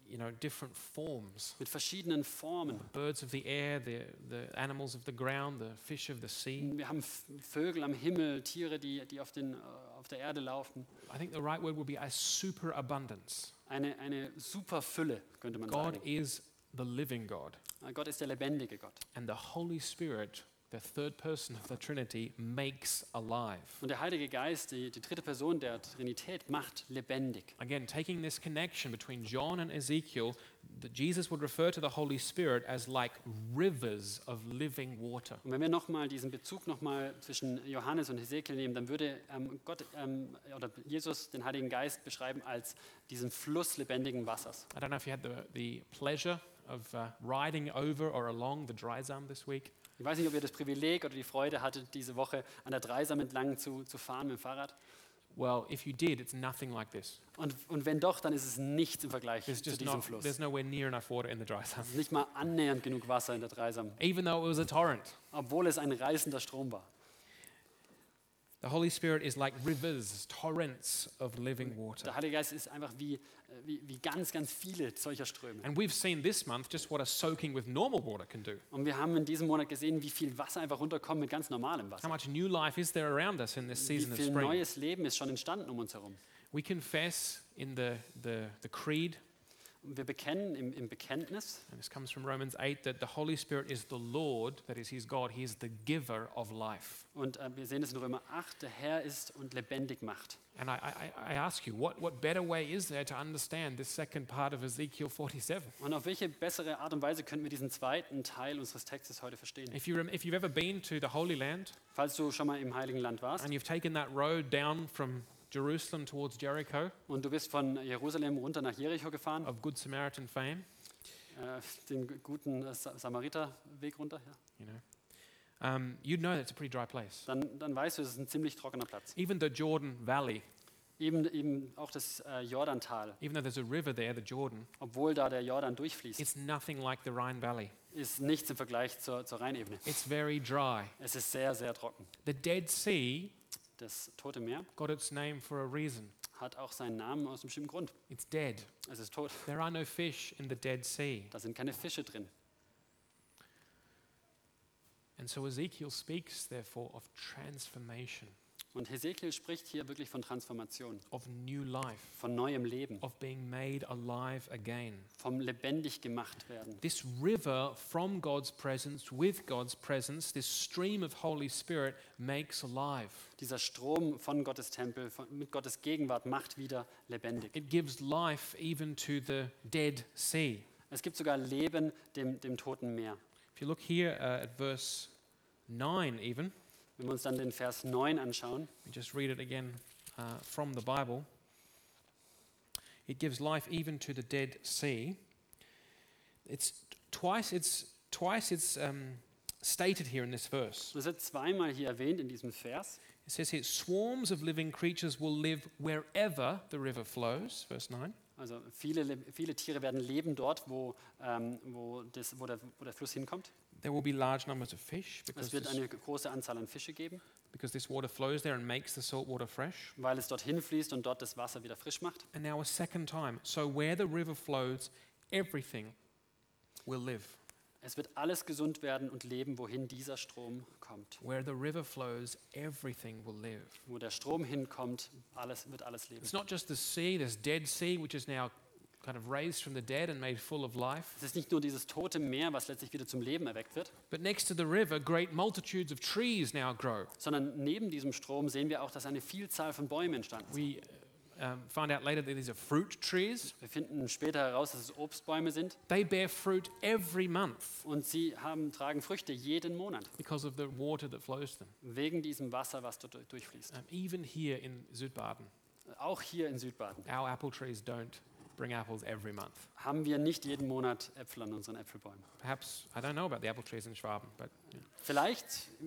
you know different forms.
mit verschiedenen Formen.
Birds of the air, the, the animals of the ground, the fish of the sea.
Wir haben F- Vögel am Himmel, Tiere, die, die auf, den, äh, auf der Erde laufen.
I think the right word would be a superabundance.
Eine, eine super Fülle, könnte man
God
sagen.
is the living God,
Ah, Gott ist der lebendige Gott.
and the Holy Spirit the third person of the Trinity, makes alive.
Und der Heilige Geist, die, die dritte Person der Trinität, macht lebendig.
Again, taking this connection between John and Ezekiel, that Jesus would refer to the Holy Spirit as like rivers of living water.
Und wenn wir nochmal diesen Bezug nochmal zwischen Johannes und Hesekiel nehmen, dann würde ähm, Gott ähm, oder Jesus den Heiligen Geist beschreiben als diesen Fluss lebendigen Wassers.
I don't know if you had the, the pleasure of uh, riding over or along the Dreisam this week.
Ich weiß nicht, ob ihr das Privileg oder die Freude hattet, diese Woche an der Dreisam entlang zu, zu fahren mit dem Fahrrad.
Well, if you did, it's nothing like this.
Und, und wenn doch, dann ist es nichts im Vergleich
There's
zu
just
diesem
not,
Fluss. Es
there's nowhere near enough water in the Dreisam.
ist nicht mal annähernd genug Wasser in der Dreisam,
Even though it was a torrent,
obwohl es ein reißender Strom war.
the Holy Spirit is like rivers, torrents of living water.
Der Heilige Geist ist einfach wie, äh, wie, wie ganz, ganz viele solcher Ströme.
And we've seen this month just what a soaking with normal water can do.
Und wir haben in diesem Monat gesehen, wie viel Wasser einfach runterkommt mit ganz normalem Wasser.
How much new life is there around us in this
Wie
season of
viel
spring?
neues Leben ist schon entstanden um uns herum.
We confess in the, the, the creed,
Und wir bekennen im, im Bekenntnis,
and this comes from Romans 8, that the Holy Spirit is the Lord, that is, He's God, He is the giver of life.
und äh, wir sehen es in Römer 8, der Herr ist und lebendig macht.
And I, I, I ask you, what, what better way is there to understand this second part of Ezekiel 47?
Und auf welche bessere Art und Weise könnten wir diesen zweiten Teil unseres Textes heute verstehen?
If, you rem- if you've ever been to the Holy Land
Falls du schon mal im Heiligen Land warst
and you've taken that road down from Jerusalem towards Jericho
und du bist von Jerusalem runter nach Jericho gefahren,
of Good Samaritan fame, Oh.
äh, den guten äh, Sa- Samariterweg runter, ja,
you know, um, you'd know that's a pretty dry place.
dann, dann weißt du, es ist ein ziemlich trockener Platz.
Even the Jordan Valley,
Eben, eben auch das äh, Jordantal,
even though there's a river there, the Jordan,
obwohl da der Jordan durchfließt,
it's nothing like the Rhine Valley.
ist nichts im Vergleich zur, zur Rheinebene.
It's very dry.
Es ist sehr, sehr trocken.
The Dead Sea
Das Tote Meer
got its name for a reason
hat auch seinen Namen aus einem bestimmten Grund.
it's dead.
Es ist tot.
There are no fish in the Dead Sea.
Da sind keine Fische drin.
And so Ezekiel speaks, therefore, of transformation,
Und Hesekiel spricht hier wirklich von Transformation,
of new life,
von neuem Leben,
of being made alive again.
vom lebendig gemacht werden.
This river from God's presence, with God's presence, this stream of Holy Spirit makes alive.
Dieser Strom von Gottes Tempel, von, mit Gottes Gegenwart macht wieder lebendig.
It gives life even to the Dead Sea.
Es gibt sogar Leben dem, dem toten Meer.
If you look here uh, at verse 9, even, let
Wenn wir uns dann den Vers 9 anschauen,
me just read it again uh, from the Bible. It gives life even to the Dead Sea. It's twice it's, twice it's um, stated here in this verse.
das wird zweimal hier erwähnt in diesem Vers.
It says here, swarms of living creatures will live wherever the river flows, verse 9.
Also viele, Le- viele Tiere werden leben dort, wo, ähm, wo, das, wo, der, wo der Fluss hinkommt.
There will be large numbers of fish because
Es wird
this,
eine große Anzahl an Fische geben,
because this water flows there and makes the salt water fresh.
weil es dorthin fließt und dort das Wasser wieder frisch macht.
And now a second time. So where the river flows, everything will live.
Es wird alles gesund werden und leben, wohin dieser Strom kommt.
Where the river flows, everything will live.
Wo der Strom hinkommt, alles, wird alles leben.
It's not just the sea, this Dead Sea, which is now kind of raised from the dead and made full of life.
Es ist nicht nur dieses tote Meer, was letztlich wieder zum Leben erweckt wird,
But next to the river, great multitudes of trees now grow.
sondern neben diesem Strom sehen wir auch, dass eine Vielzahl von Bäumen entstanden sind.
We uh, um, find out later that these are fruit trees.
Wir finden später heraus, dass es Obstbäume sind
They bear fruit every month
und sie haben, tragen Früchte jeden Monat
because of the water that flows to them.
wegen diesem Wasser, was dort durch- durchfließt.
Um, even here in Südbaden,
Auch hier in Südbaden
our apple trees don't bring apples every month.
haben wir nicht jeden Monat Äpfel an unseren Äpfelbäumen.
Perhaps, I don't know about the apple trees in Schwaben, but you know.
Vielleicht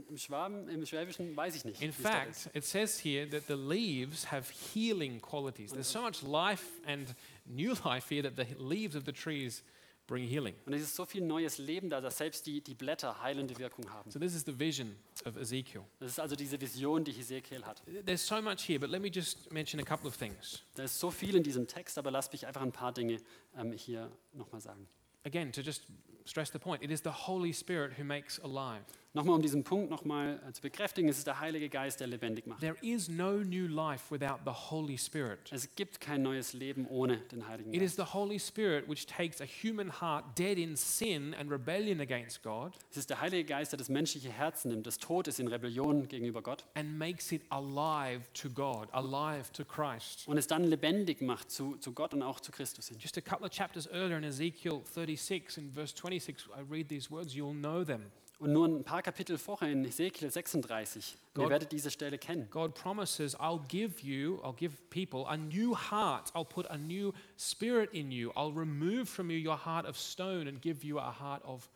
im Schwaben, im Schwäbischen, weiß ich nicht.
in
wie es dort ist.
fact, it says here that the leaves have healing qualities. There's so much life and new life here that the leaves of the trees bring healing.
Und es ist so viel neues Leben da, dass selbst die, die Blätter heilende Wirkung haben.
So, this is the vision of Ezekiel.
Das ist also diese Vision, die Hesekiel hat.
There's so much here, but let me just mention a couple of things.
Da ist so viel in diesem Text, aber lasst mich einfach ein paar Dinge ähm, hier nochmal sagen.
Again, to just stress the point, it is the Holy Spirit who makes alive.
Nochmal, um diesen Punkt nochmal äh, zu bekräftigen, es ist der Heilige Geist, der lebendig macht.
There is no new life without the Holy Spirit.
Es gibt kein neues Leben ohne den Heiligen
It is
Geist.
the Holy Spirit which takes a human heart dead in sin and rebellion against God
Es ist der Heilige Geist, der das menschliche Herz nimmt, das Tod ist in Rebellion gegenüber Gott
and makes it alive to God, alive to Christ.
und es dann lebendig macht zu, zu Gott und auch zu Christus hin.
Just a couple of chapters earlier in Ezekiel 36, in verse 26, I read these words, you'll know them.
Und nur ein paar Kapitel vorher in Hesekiel 36, und ihr
Gott-
werdet diese Stelle kennen.
God promises, I'll give you, I'll give people a new heart. I'll put a new spirit in you. I'll remove from you your heart of stone and give you a heart of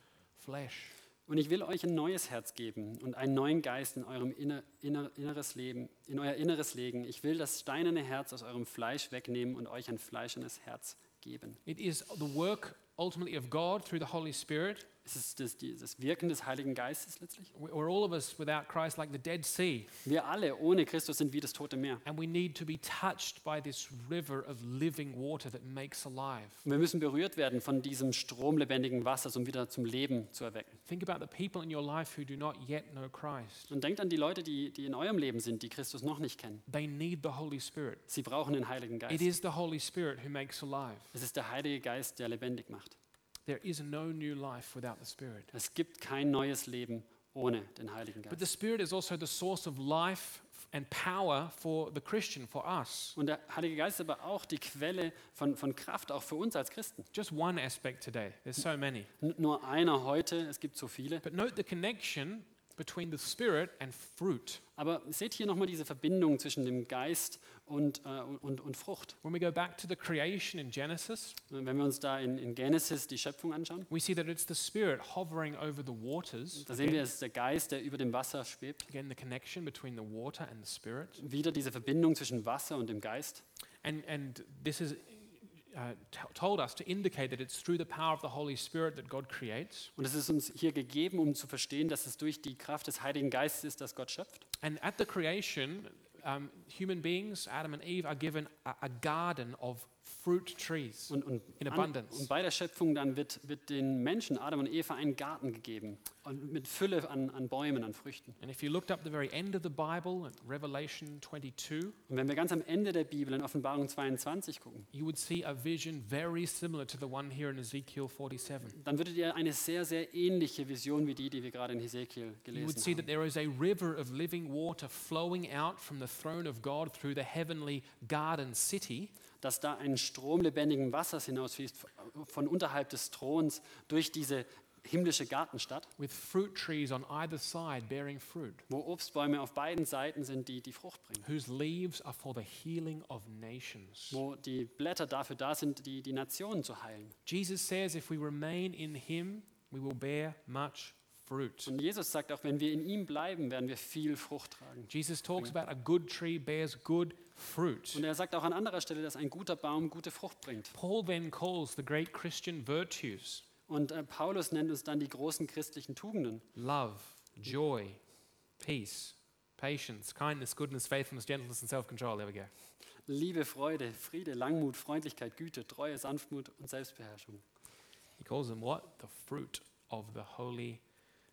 flesh.
Und ich will euch ein neues Herz geben und einen neuen Geist in eurem inner, inner, inneres Leben, in euer Inneres legen. Ich will das steinerne Herz aus eurem Fleisch wegnehmen und euch ein fleischernes Herz geben.
It is the work ultimately of God through the Holy Spirit.
Es ist das, die- das Wirken des Heiligen Geistes letztlich.
We- We're all of us without Christ like the Dead Sea,
Wir alle ohne Christus sind wie das tote Meer.
and we need to be touched by this river of living water that makes alive.
Und wir müssen berührt werden von diesem Strom lebendigen Wassers, um wieder zum Leben zu erwecken.
Think about the people in your life who do not yet know Christ.
Und denkt an die Leute, die, die in eurem Leben sind, die Christus noch nicht kennen.
They need the Holy Spirit.
Sie brauchen den Heiligen
It
Geist.
is the Holy Spirit who makes alive.
Es ist der Heilige Geist, der lebendig macht.
There is no new life without the Spirit.
Es gibt kein neues Leben ohne den Heiligen
But
Geist.
the Spirit is also the source of life and power for the Christian, for us.
Und der Heilige Geist ist aber auch die Quelle von, von Kraft, auch für uns als Christen.
Just one aspect today, there's so many.
N nur einer heute, es gibt so viele.
But note the connection between the Spirit and fruit.
Aber seht hier nochmal diese Verbindung zwischen dem Geist und, äh, und, und Frucht.
When we go back to the creation in Genesis,
Wenn wir uns da in, in Genesis die Schöpfung anschauen,
we see that it's the Spirit hovering over the waters.
da sehen wir, es ist der Geist, der über dem Wasser schwebt.
Again, the connection between the water and the Spirit.
Wieder diese Verbindung zwischen Wasser und dem Geist.
And, and this is uh, t- told us to indicate that it's through the power of the Holy Spirit that God creates.
Und es ist uns hier gegeben, um zu verstehen, dass es durch die Kraft des Heiligen Geistes ist, dass Gott schöpft.
And at the creation, um, human beings, Adam and Eve, are given a, a garden of fruit trees.
Und, und,
In
an-
abundance.
und bei der Schöpfung dann wird, wird den Menschen, Adam und Eva, einen Garten gegeben. Und mit Fülle an, an Bäumen, an Früchten.
And if you looked up the very end of the Bible, at Revelation 22,
Und wenn wir ganz am Ende der Bibel in Offenbarung 22 gucken,
you would see a vision very similar to the one here in Ezekiel 47.
dann würdet ihr eine sehr, sehr ähnliche Vision wie die, die wir gerade in Hesekiel
You would
gelesen
see
haben.
that there is a river of living water flowing out from the throne of God through the heavenly garden city,
Dass da ein Strom lebendigen Wassers hinausfließt, von unterhalb des Throns durch diese himmlische Gartenstadt,
with fruit trees on either side bearing fruit,
wo Obstbäume auf beiden Seiten sind, die die Frucht bringen.
whose leaves are for the healing of nations.
Wo die Blätter dafür da sind, die, die Nationen zu heilen.
Jesus says, if we remain in him, we will bear much fruit.
Und Jesus sagt auch, wenn wir in ihm bleiben, werden wir viel Frucht tragen.
Jesus talks about a good tree bears good fruit.
Und er sagt auch an anderer Stelle, dass ein guter Baum gute Frucht bringt.
Paul then calls the great Christian virtues
Und äh, Paulus nennt uns dann die großen christlichen Tugenden.
love, joy, peace, patience, kindness, goodness, faithfulness, gentleness, and self control. There we go.
Liebe, Freude, Friede, Langmut, Freundlichkeit, Güte, Treue, Sanftmut und Selbstbeherrschung.
He calls them what? The fruit of the Holy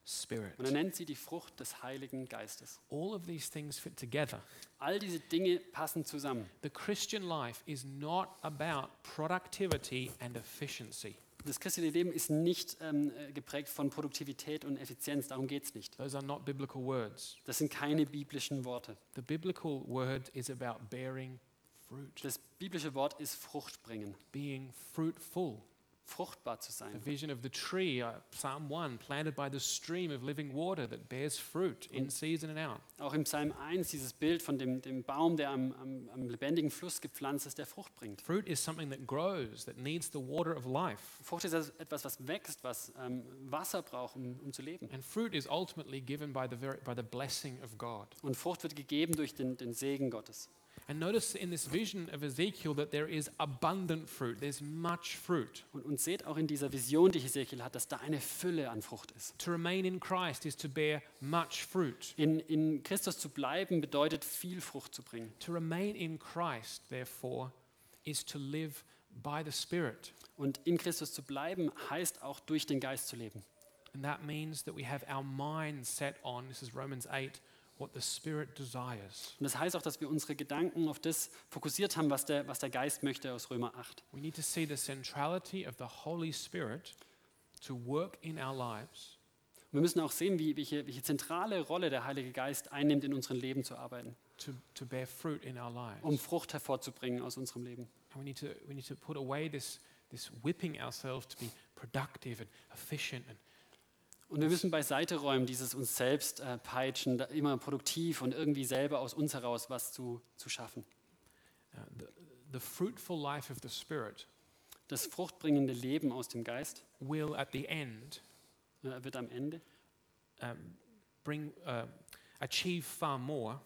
Spirit.
Und er nennt sie die Frucht des Heiligen Geistes.
All of these things fit together.
All diese Dinge passen zusammen.
The Christian life is not about productivity and efficiency.
Das christliche Leben ist nicht ähm, äh, geprägt von Produktivität und Effizienz, darum geht es nicht.
Those are not biblical words.
Das sind keine biblischen Worte.
The biblical word is about bearing fruit,
Das biblische Wort ist Frucht bringen,
being fruitful.
fruchtbar zu
The
sein.
vision of the tree, uh, Psalm 1, planted by the stream of living water that bears fruit in season and out.
Auch im Psalm 1 dieses Bild von dem, dem Baum, der am, am, am lebendigen Fluss gepflanzt ist, der Frucht bringt.
Fruit is something that grows, that needs the water of life.
Frucht ist also etwas, was wächst, was ähm, Wasser braucht, um, um zu leben.
And fruit is ultimately given by the, very, by the blessing of God.
Und Frucht wird gegeben durch den, den Segen Gottes.
And notice in this vision of Ezekiel that there is abundant fruit, there's much fruit.
Und, und seht auch in dieser Vision, die Hesekiel hat, dass da eine Fülle an Frucht ist.
To remain in Christ is to bear much fruit.
In, in Christus zu bleiben bedeutet, viel Frucht zu bringen.
To remain in Christ, therefore, is to live by the Spirit.
Und in Christus zu bleiben heißt auch, durch den Geist zu leben.
And that means that we have our mind set on, this is Romans 8, what the Spirit desires.
Und das heißt auch, dass wir unsere Gedanken auf das fokussiert haben, was der, was der Geist möchte aus Römer 8.
We need to see the centrality of the Holy Spirit to work in our lives
Und wir müssen auch sehen, wie, welche, welche zentrale Rolle der Heilige Geist einnimmt, in unserem Leben zu arbeiten,
to, to bear fruit in our lives.
um Frucht hervorzubringen aus unserem Leben.
And we need to we need to put away this this whipping ourselves to be productive and efficient and
Und wir müssen beiseite räumen, dieses uns selbst äh, peitschen, da immer produktiv und irgendwie selber aus uns heraus was zu, zu schaffen.
uh, the, the fruitful life of the spirit
Das fruchtbringende Leben aus dem Geist
will at the end
äh, wird am Ende,
um, bring uh, achieve far more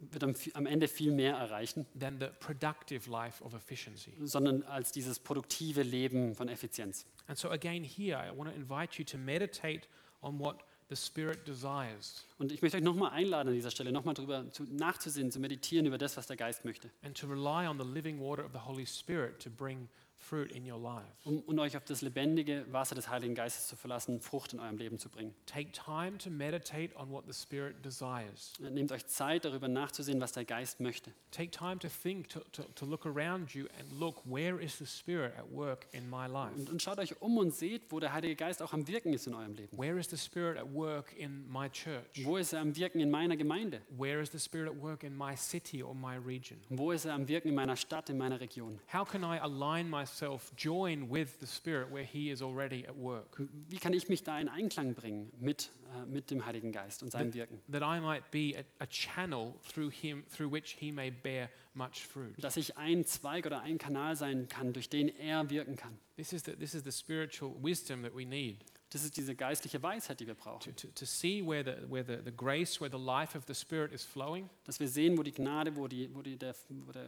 wird am, am Ende viel mehr erreichen,
than the productive life of efficiency.
sondern als dieses produktive Leben von Effizienz.
And so again here I want to invite you to meditate on what the spirit desires
Und ich möchte euch nochmal einladen an dieser Stelle, nochmal darüber zu, nachzusehen, zu meditieren über das, was der Geist möchte.
and to rely on the living water of the Holy Spirit to bring fruit in your lives.
Um, und euch auf das lebendige Wasser des Heiligen Geistes zu verlassen, Frucht in eurem Leben zu bringen.
Take time to meditate on what the spirit desires.
Nehmt euch Zeit, darüber nachzusehen, was der Geist möchte.
Take time to think, to, to, to look around you and look, where is the Spirit at work in my life?
Und, und schaut euch um und seht, wo der Heilige Geist auch am Wirken ist in eurem Leben.
Where is the Spirit at work in my church?
Wo ist er am Wirken in meiner Gemeinde?
Where is the Spirit at work in my city or my region?
Wo ist er am Wirken in meiner Stadt, in meiner Region?
How can I align myself, join with the Spirit where He is already at work?
Wie kann ich mich da in Einklang bringen mit, äh, mit dem Heiligen Geist und seinem Wirken?
That I might be a, a channel through Him, through which He may bear much fruit.
Dass ich ein Zweig oder ein Kanal sein kann, durch den er wirken kann.
This is the, this is the spiritual wisdom that we need
Das ist diese geistliche Weisheit, die wir
to,
brauchen.
to, to see where, the, where the, the grace, where the life of the Spirit is flowing,
Dass wir sehen, wo die Gnade, wo, die, wo, die der, wo der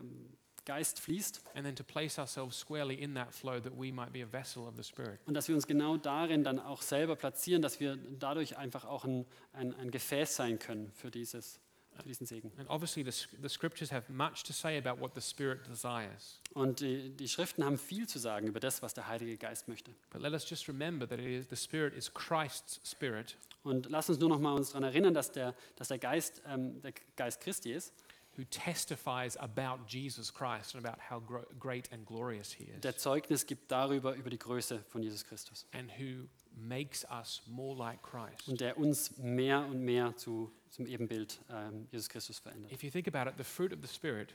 Geist fließt.
and then to place ourselves squarely in that flow that we might be a vessel of the Spirit.
Und dass wir uns genau darin dann auch selber platzieren, dass wir dadurch einfach auch ein, ein, ein Gefäß sein können für, dieses, für diesen Segen.
And obviously, the, sc- the scriptures have much to say about what the Spirit desires.
Und die, die Schriften haben viel zu sagen über das, was der Heilige Geist möchte.
But let us just remember that it is, the Spirit is Christ's Spirit
Und lass uns nur noch mal uns daran erinnern, dass der, dass der Geist ähm, der Geist Christi ist,
who testifies about Jesus Christ and about how gro- great and glorious He
der
is,
Zeugnis gibt darüber über die Größe von Jesus Christus
and who makes us more like Christ.
und der uns mehr und mehr zu, zum Ebenbild ähm, Jesus Christus verändert.
If you think about it, the fruit of the Spirit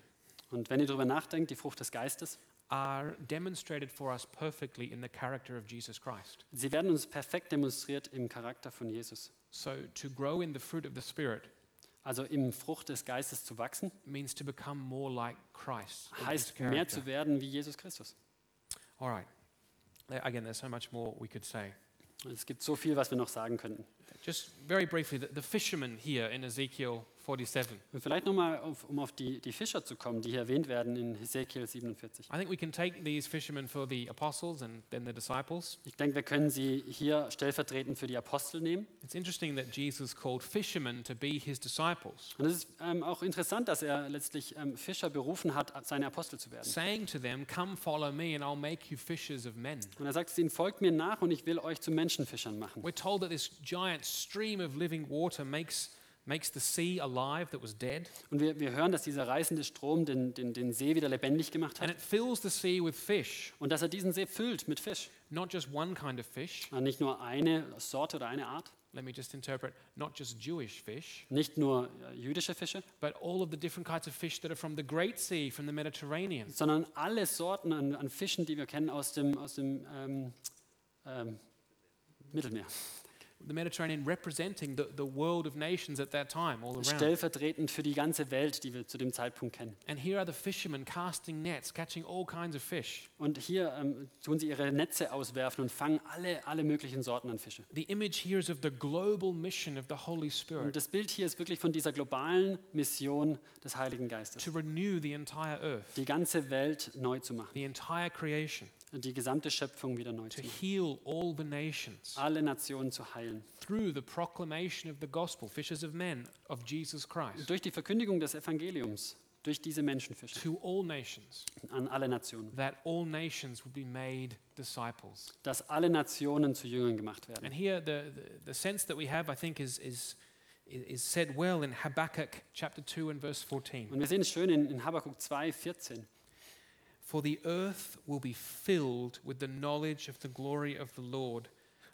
Und wenn ihr darüber nachdenkt, die Frucht des Geistes,
are demonstrated for us perfectly in the character of Jesus Christ.
sie werden uns perfekt demonstriert im Charakter von Jesus.
So, to grow in the fruit of the Spirit
Also im Frucht des Geistes zu wachsen,
means to become more like Christ. in his
heißt mehr
character.
zu werden wie Jesus Christus.
All right. There- Again, there's so much more we could say.
Und Es gibt so viel, was wir noch sagen könnten.
Just very briefly, the, the fishermen here in Ezekiel 47.
Und vielleicht nochmal, um auf die, die Fischer zu kommen, die hier erwähnt werden in Hesekiel 47.
I think we can take these fishermen for the apostles and then the disciples.
Ich denke, wir können sie hier stellvertretend für die Apostel nehmen.
It's interesting that Jesus called fishermen to be his disciples,
Und es ist ähm, auch interessant, dass er letztlich ähm, Fischer berufen hat, seine Apostel zu werden.
saying to them, Come follow me and I'll make you fishers of men.
Und er sagt zu ihnen, folgt mir nach und ich will euch zu Menschenfischern machen.
We're told that this giant stream of living water makes, makes the sea alive that was dead,
Und wir, wir hören, dass dieser reißende Strom den, den, den See wieder lebendig gemacht
and
hat
it fills the sea with fish,
und dass er diesen See füllt mit Fisch.
not just one kind of fish.
Und nicht nur eine Sorte oder eine Art,
Let me just interpret not just Jewish fish,
nicht nur äh, jüdische Fische,
but all of the different kinds of fish that are from the Great Sea, from the Mediterranean.
sondern alle Sorten an, an Fischen, die wir kennen aus dem, aus dem ähm, ähm, Mittelmeer.
The Mediterranean representing the, the world of nations at that time, all around.
Stellvertretend für die ganze Welt, die wir zu dem Zeitpunkt kennen.
And here are the fishermen casting nets, catching all kinds of fish.
Und hier ähm, tun sie ihre Netze auswerfen und fangen alle, alle möglichen Sorten an Fische.
The image here is of the global mission of the Holy
Und
Spirit
das Bild hier ist wirklich von dieser globalen Mission des Heiligen Geistes.
to renew the entire earth,
Die ganze Welt neu zu machen,
the entire creation,
die gesamte Schöpfung wieder neu
to
zu machen,
heal all the nations
alle Nationen zu heilen.
through the proclamation of the gospel, fishers of men, of Jesus Christ.
Durch die Verkündigung des Evangeliums durch diese Menschenfischer
to all nations,
an alle Nationen,
that all nations would be made disciples.
dass alle Nationen zu Jüngern gemacht werden.
And here, the, the, the sense that we have, I think, is, is, is said well in Habakkuk chapter 2 and verse 14.
Und wir sehen es schön in, in Habakkuk 2, 14.
For the earth will be filled with the knowledge of the glory of the Lord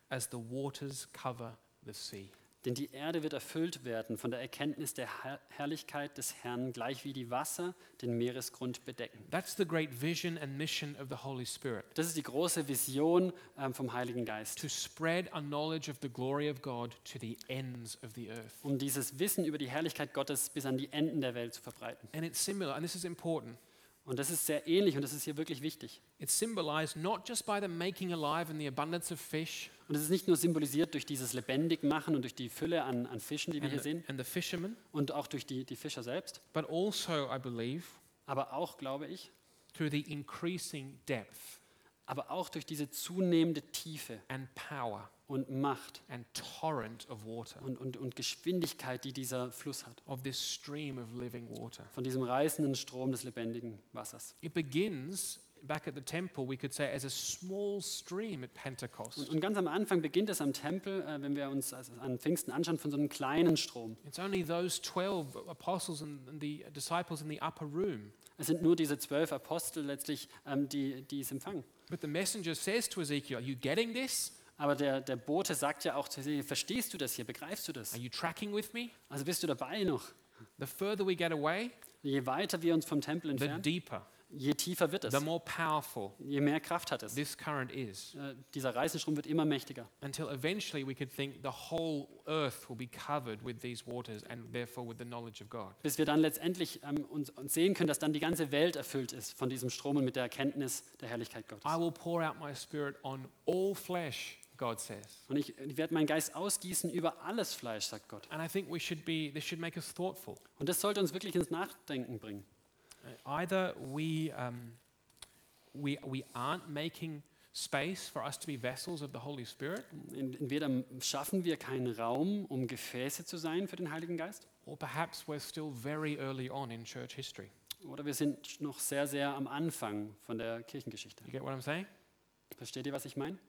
as the waters cover the sea.
Denn die Erde wird erfüllt werden von der Erkenntnis der Herr- Herrlichkeit des Herrn, gleich wie die Wasser den Meeresgrund bedecken.
That's the great vision and mission of the Holy Spirit
Das ist die große Vision ähm, vom Heiligen Geist,
to spread a knowledge of the glory of God to the ends of the earth.
um dieses Wissen über die Herrlichkeit Gottes bis an die Enden der Welt zu verbreiten.
And it's similar, and this is important.
Und das ist sehr ähnlich und das ist hier wirklich wichtig.
It's symbolized not just by the making alive and the abundance of fish
Und es ist nicht nur symbolisiert durch dieses Lebendigmachen und durch die Fülle an, an Fischen, die wir
and
hier
the,
sehen,
and the fishermen,
und auch durch die, die Fischer selbst,
but also, I believe,
aber auch, glaube ich,
through the increasing depth
aber auch durch diese zunehmende Tiefe
and power
und Macht
and torrent of water,
und, und, und Geschwindigkeit, die dieser Fluss hat,
of this stream of living water.
von diesem reißenden Strom des lebendigen Wassers.
It begins back at the temple, we could say, as a small stream at
Und,
Pentecost.
und ganz am Anfang beginnt es am Tempel, äh, wenn wir uns also an Pfingsten anschauen, von so einem kleinen Strom.
It's only those 12 apostles and and the disciples in the upper room.
Es sind nur diese zwölf Apostel letztlich, ähm, die, die es empfangen.
But the messenger says to Ezekiel, Are you getting this?
Aber der, der Bote sagt ja auch zu Ezekiel, verstehst du das hier, begreifst du das?
Are you tracking with me?
Also bist du dabei noch?
The further we get away,
Je weiter wir uns vom Tempel
the
entfernen,
deeper,
je tiefer wird es,
the more powerful
je mehr Kraft hat es.
this current is.
Äh, dieser Reißenstrom wird immer mächtiger.
Until eventually we could think the whole earth will be covered with these waters and therefore with the knowledge of God.
bis wir dann letztendlich ähm, uns, uns sehen können, dass dann die ganze Welt erfüllt ist von diesem Strom und mit der Erkenntnis der Herrlichkeit
I
Gottes.
will pour out my spirit on all flesh, God says.
Und ich, ich werde meinen Geist ausgießen über alles Fleisch, sagt Gott.
And I think we should be, this should make us thoughtful. Uh,
Und das sollte uns wirklich ins Nachdenken bringen.
Either we, um, we, we aren't making space for us to be vessels of the Holy Spirit,
Ent- Entweder schaffen wir keinen Raum, um Gefäße zu sein für den Heiligen Geist,
or perhaps we're still very early on in church history.
oder wir sind noch sehr, sehr am Anfang von der Kirchengeschichte.
You get what I'm saying?
Versteht ihr, was ich meine?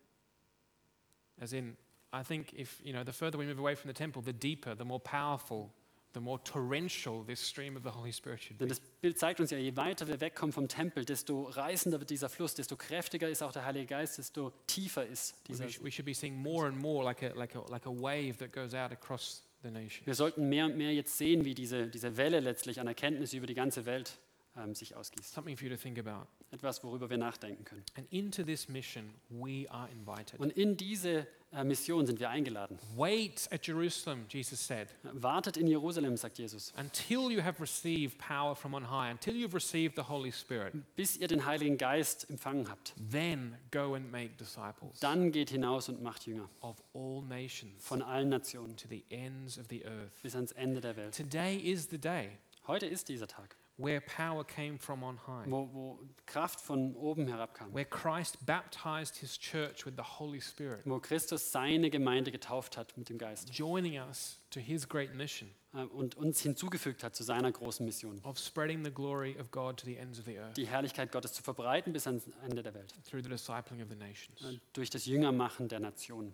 As in, I think if, you know, the further we move away from the temple, the deeper, the more powerful, the more torrential this stream of the Holy Spirit should be.
Denn das Bild zeigt uns ja, je weiter wir wegkommen vom Tempel, desto reißender wird dieser Fluss, desto kräftiger ist auch der Heilige Geist, desto tiefer ist
We,
dieser
sh- we should be seeing more and more like a, like, a, like a wave that goes out across the nation.
Wir sollten mehr und mehr jetzt sehen, wie diese, diese Welle letztlich an Erkenntnis über die ganze Welt ähm, sich ausgießt.
Something for you to think about.
Etwas, worüber wir nachdenken können.
And into this mission, we are invited.
Und in diese äh, Mission sind wir eingeladen.
Wait at Jerusalem, Jesus said,
Wartet in Jerusalem, sagt Jesus,
until you have received power from on high, until you've received the Holy Spirit.
bis ihr den Heiligen Geist empfangen habt.
Then go and make disciples
Dann geht hinaus und macht Jünger
of all nations
von allen Nationen
to the ends of the earth.
bis ans Ende der Welt.
Today is the day
Heute ist dieser Tag,
where power came from on high,
wo, wo Kraft von oben herabkam,
where Christ baptized his church with the Holy Spirit,
wo Christus seine Gemeinde getauft hat mit dem Geist
joining us to his great mission
äh, und uns hinzugefügt hat zu seiner großen Mission,
of spreading the glory of God to the ends of the earth
die Herrlichkeit Gottes zu verbreiten bis ans Ende der Welt.
through the discipling of the nations.
Äh, durch das Jüngermachen der Nation.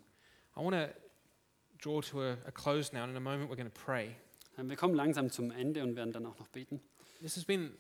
I want to draw to a, a close now, and in a moment we're going to pray.
Äh, Wir kommen langsam zum Ende und werden dann auch noch beten.
This has been,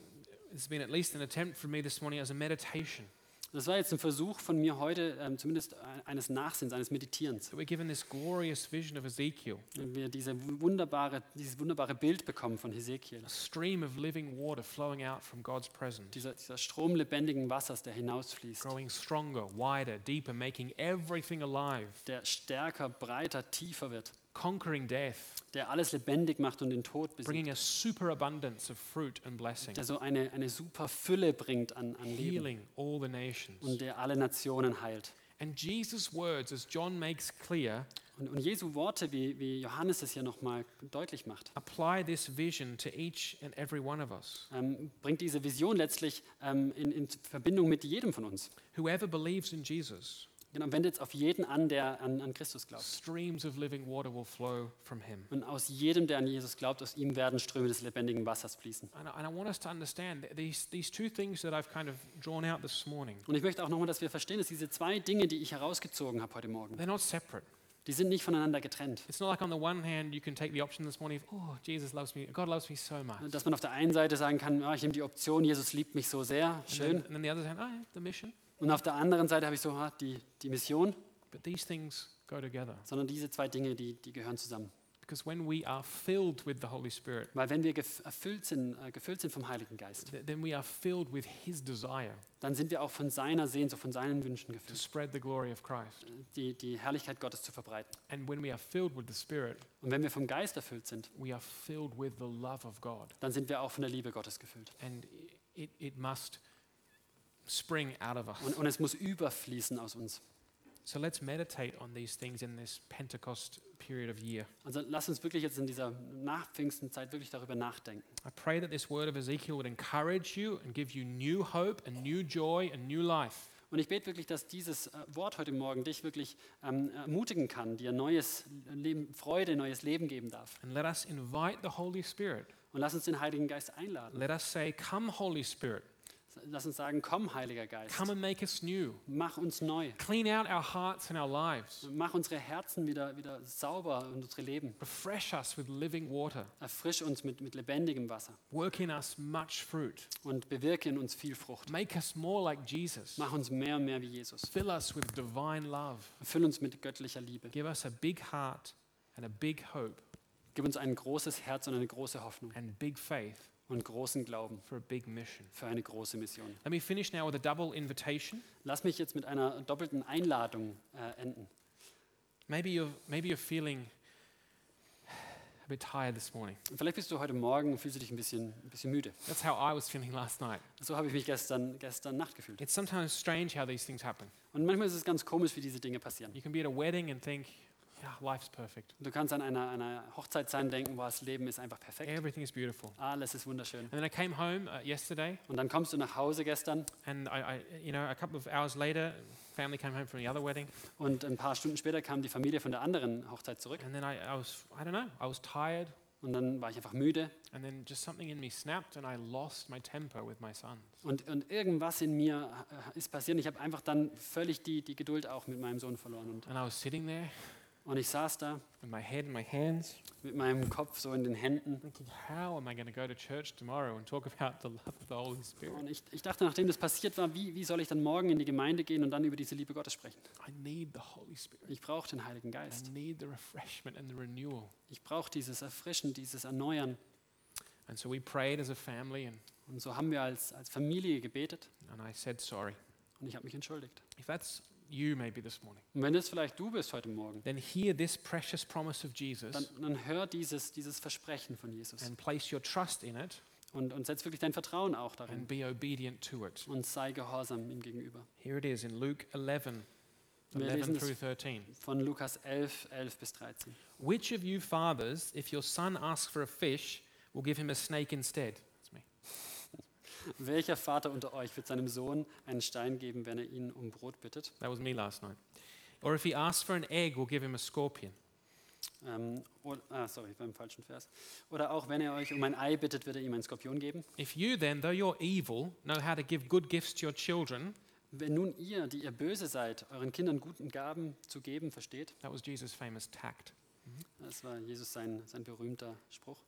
it's been at least an attempt for me this morning as a meditation
Das war jetzt ein Versuch von mir heute, ähm, zumindest ein- eines Nachsinns, eines Meditierens.
that we're given this glorious vision of Ezekiel,
Wenn wir diese wu- wunderbare, dieses wunderbare Bild bekommen von Hesekiel.
a stream of living water flowing out from God's presence,
Dieser, dieser Strom lebendigen Wassers, der hinausfließt,
growing stronger, wider, deeper, making everything alive,
der stärker, breiter, tiefer wird,
conquering death,
der alles lebendig macht und den Tod besiegt,
bringing a superabundance of fruit and blessing,
der so eine, eine super Fülle bringt an, an Leben
healing all the nations.
und der alle Nationen heilt.
And Jesus' words, as John makes clear,
Und, und Jesu Worte, wie, wie Johannes es hier nochmal deutlich macht,
apply this vision to each and every one of us.
ähm, bringt diese Vision letztlich ähm, in, in Verbindung mit jedem von uns.
Whoever believes in Jesus
Genau, wendet es auf jeden an, der an, an Christus glaubt.
Streams of living water will flow from him.
Und aus jedem, der an Jesus glaubt, aus ihm werden Ströme des lebendigen Wassers fließen.
And I, and I want us to understand that these, these two things that I've kind of drawn out this morning,
Und ich möchte auch nochmal, dass wir verstehen, dass diese zwei Dinge, die ich herausgezogen habe heute Morgen,
they're not separate.
die sind nicht voneinander getrennt.
It's not like on the one hand you can take the option this morning of, oh, Jesus loves me, God loves me so much.
Dass man auf der einen Seite sagen kann, ja, ich nehme die Option, Jesus liebt mich so sehr,
And then,
schön.
and then the other hand, oh, yeah, the mission.
Und auf der anderen Seite habe ich so ah, die, die Mission,
But these things go together.
sondern diese zwei Dinge, die, die gehören zusammen.
Because when we are filled with the Holy Spirit,
Weil wenn wir gef- erfüllt sind, äh, gefüllt sind vom Heiligen Geist,
th- then we are filled with His desire
dann sind wir auch von seiner Sehnsucht, von seinen Wünschen
to
gefüllt,
spread the glory of Christ.
äh, die, die Herrlichkeit Gottes zu verbreiten.
And when we are filled with the Spirit,
Und wenn wir vom Geist erfüllt sind,
we are filled with the love of God.
dann sind wir auch von der Liebe Gottes gefüllt.
And i- it, it must spring out of us.
Und, und es muss überfließen aus uns.
So let's meditate on these things in this Pentecost period of year.
Also lasst uns wirklich jetzt in dieser Nachpfingstenzeit wirklich darüber nachdenken.
I pray that this word of Ezekiel would encourage you and give you new hope and new joy and new life.
Und ich bete wirklich, dass dieses äh, Wort heute Morgen dich wirklich ähm, ermutigen kann, dir neues Leben, Freude, neues Leben geben darf.
And let us invite the Holy Spirit.
Und lass uns den Heiligen Geist einladen.
Let us say, Come, Holy Spirit,
Lass uns sagen, komm, Heiliger Geist,
come and make us new.
mach uns neu.
Clean out our hearts and our lives.
Mach unsere Herzen wieder, wieder sauber und unsere Leben.
Refresh us with living water.
Erfrisch uns mit, mit lebendigem Wasser
Work in us much fruit.
und bewirke in uns viel Frucht.
Make us more like Jesus.
Mach uns mehr und mehr wie Jesus.
Fill us with divine love.
Erfüll uns mit göttlicher Liebe.
Give us a big heart and a big hope
Gib uns ein großes Herz und eine große Hoffnung
and big faith
und großen Glauben
for a big mission.
für eine große Mission.
Let me finish now with a double invitation.
Lass mich jetzt mit einer doppelten Einladung äh, enden.
Maybe you're, maybe you're feeling a bit tired this morning.
Vielleicht bist du heute Morgen, fühlst du dich ein bisschen, ein bisschen müde.
That's how I was feeling last night.
So habe ich mich gestern, gestern Nacht gefühlt.
It's sometimes strange how these things happen.
Und manchmal ist es ganz komisch, wie diese Dinge passieren.
You can be at a wedding and think, yeah, life's perfect.
Du kannst an einer, einer Hochzeit sein und denken, boah, das Leben ist einfach perfekt.
Everything is beautiful.
Alles ist wunderschön.
And then I came home uh, yesterday,
Und dann kommst du nach Hause gestern
and I, I, you know, a couple of hours later, family came home from the other wedding,
und ein paar Stunden später kam die Familie von der anderen Hochzeit zurück.
and then I, I was, I don't know, I was tired,
Und dann war ich einfach müde.
and then just something in me snapped, and I lost my temper with my son.
Und, und irgendwas in mir äh, ist passiert. Ich habe einfach dann völlig die, die Geduld auch mit meinem Sohn verloren. Und,
And I was sitting there
und ich saß da
with my head in my hands,
mit meinem Kopf so in den Händen.
thinking, how am I going to go to church tomorrow and talk about the love of the Holy Spirit?
Und ich, ich dachte, nachdem das passiert war, wie, wie soll ich dann morgen in die Gemeinde gehen und dann über diese Liebe Gottes sprechen?
I need the Holy Spirit.
Ich brauche den Heiligen
I
Geist.
need the refreshment and the renewal.
Ich brauche dieses Erfrischen, dieses Erneuern.
And so we prayed as a family, and,
Und so haben wir als, als Familie gebetet
and I said sorry.
und ich habe mich entschuldigt.
If that's you, maybe this morning,
Und wenn es vielleicht du bist heute Morgen,
then hear this precious promise of
dann,
Jesus
dann hör dieses, dieses Versprechen von Jesus
and place your trust in it
und, und setz wirklich dein Vertrauen auch darin
and be obedient to it.
und sei gehorsam ihm gegenüber.
Here it is in Luke 11,
Wir
11
lesen
through
das
13.
von Lukas 11, 11 bis 13.
Which of you fathers, if your son asks for a fish, will give him a snake instead? That's me.
Welcher Vater unter euch wird seinem Sohn einen Stein geben, wenn er ihn um Brot bittet?
That was me last night. Or if he asks for an egg, will give him a scorpion.
Ähm, oder, ah, sorry, beim falschen Vers. Oder auch wenn er euch um ein Ei bittet, wird er ihm einen Skorpion geben?
If you then, though you're evil, know how to give good gifts to your children,
Wenn nun ihr, die ihr böse seid, euren Kindern guten Gaben zu geben, versteht,
that was Jesus' famous tact.
das war Jesus sein, sein berühmter Spruch,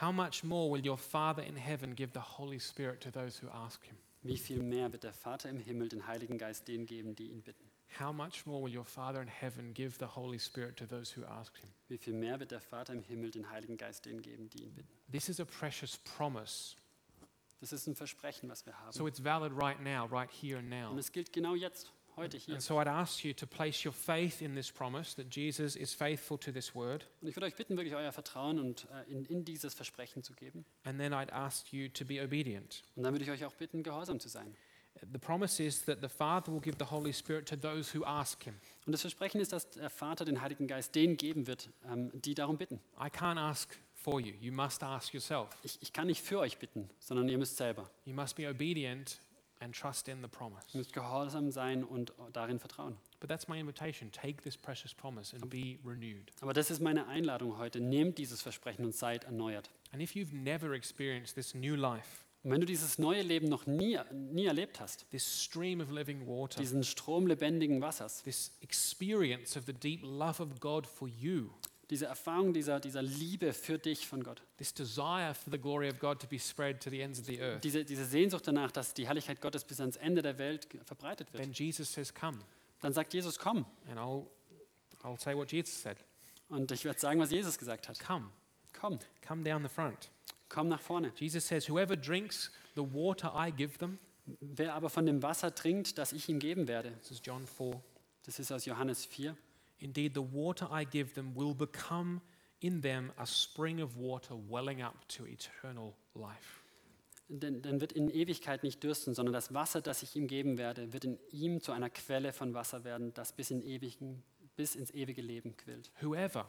How much more will your Father in heaven give the Holy Spirit to those who ask him?
wie viel mehr wird der Vater im Himmel den Heiligen Geist denen geben, die ihn bitten?
How much more will your Father in heaven give the Holy Spirit to those who ask him?
Wie viel mehr wird der Vater im Himmel den Heiligen Geist denen geben, die ihn bitten?
This is a precious promise.
Das ist ein Versprechen, was wir
So
haben.
it's valid right now, right here and now.
Und es gilt genau jetzt, heute hier.
And so I'd ask you to place your faith in this promise that Jesus is faithful to this word.
Und ich würde euch bitten, wirklich euer Vertrauen und äh, in, in dieses Versprechen zu geben.
And then I'd ask you to be obedient.
Und dann würde ich euch auch bitten, gehorsam zu sein.
The promise is that the Father will give the Holy Spirit to those who ask him.
Und das Versprechen ist, dass der Vater den Heiligen Geist denen geben wird, ähm, die darum bitten.
I can't ask for you. You must ask yourself.
Ich, ich kann nicht für euch bitten, sondern ihr müsst selber.
You must be obedient and trust in the promise.
Ihr müsst gehorsam sein und äh, darin vertrauen.
But that's my invitation. Take this precious promise and be renewed.
Aber das ist meine Einladung heute. Nehmt dieses Versprechen und seid erneuert.
And if you've never experienced this new life,
Und wenn du dieses neue Leben noch nie, nie erlebt hast,
this stream of living water,
diesen Strom lebendigen Wassers,
this experience of the deep love of God for you,
diese Erfahrung dieser, dieser Liebe für dich von Gott,
this desire for the glory of God to be spread to the ends of the earth,
diese, diese Sehnsucht danach, dass die Herrlichkeit Gottes bis ans Ende der Welt ge- verbreitet wird,
then Jesus says, Come.
dann sagt Jesus, komm.
And I'll, I'll say what Jesus said
Und ich werde sagen, was Jesus gesagt hat.
Come.
Komm,
Come down the front.
komm nach vorne.
Jesus says, Whoever drinks the water I give them,
Wer aber von dem Wasser trinkt, das ich ihm geben werde,
this is John 4,
das ist aus Johannes 4,
Indeed, the water I give them will become in them a spring of water welling up to eternal life.
denn, denn wird in Ewigkeit nicht dürsten, sondern das Wasser, das ich ihm geben werde, wird in ihm zu einer Quelle von Wasser werden, das bis, in ewigen, bis ins ewige Leben quillt.
Whoever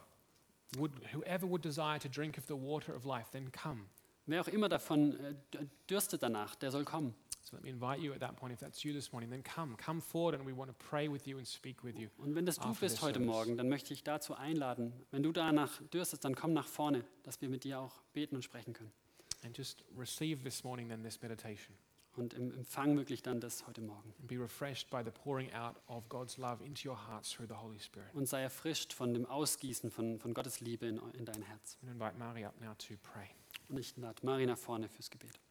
would, whoever would desire to drink of the water of life, then come.
Wer auch immer davon äh, d- dürstet danach, der soll kommen.
So let me invite you at that point, if that's you this morning, then come. Come forward and we want to pray with you and speak with you.
Und wenn das du
After
bist
the
heute
service.
Morgen, dann möchte ich dazu einladen, wenn du danach dürstest, dann komm nach vorne, dass wir mit dir auch beten und sprechen können.
And just receive this morning then this meditation
Und em- empfang wirklich dann das heute Morgen.
and be refreshed by the pouring out of God's love into your hearts through the Holy Spirit.
Und sei erfrischt von dem Ausgießen von, von Gottes Liebe in, eu- in dein Herz.
And invite Mari up now to pray.
Und ich lade Mari nach vorne fürs Gebet.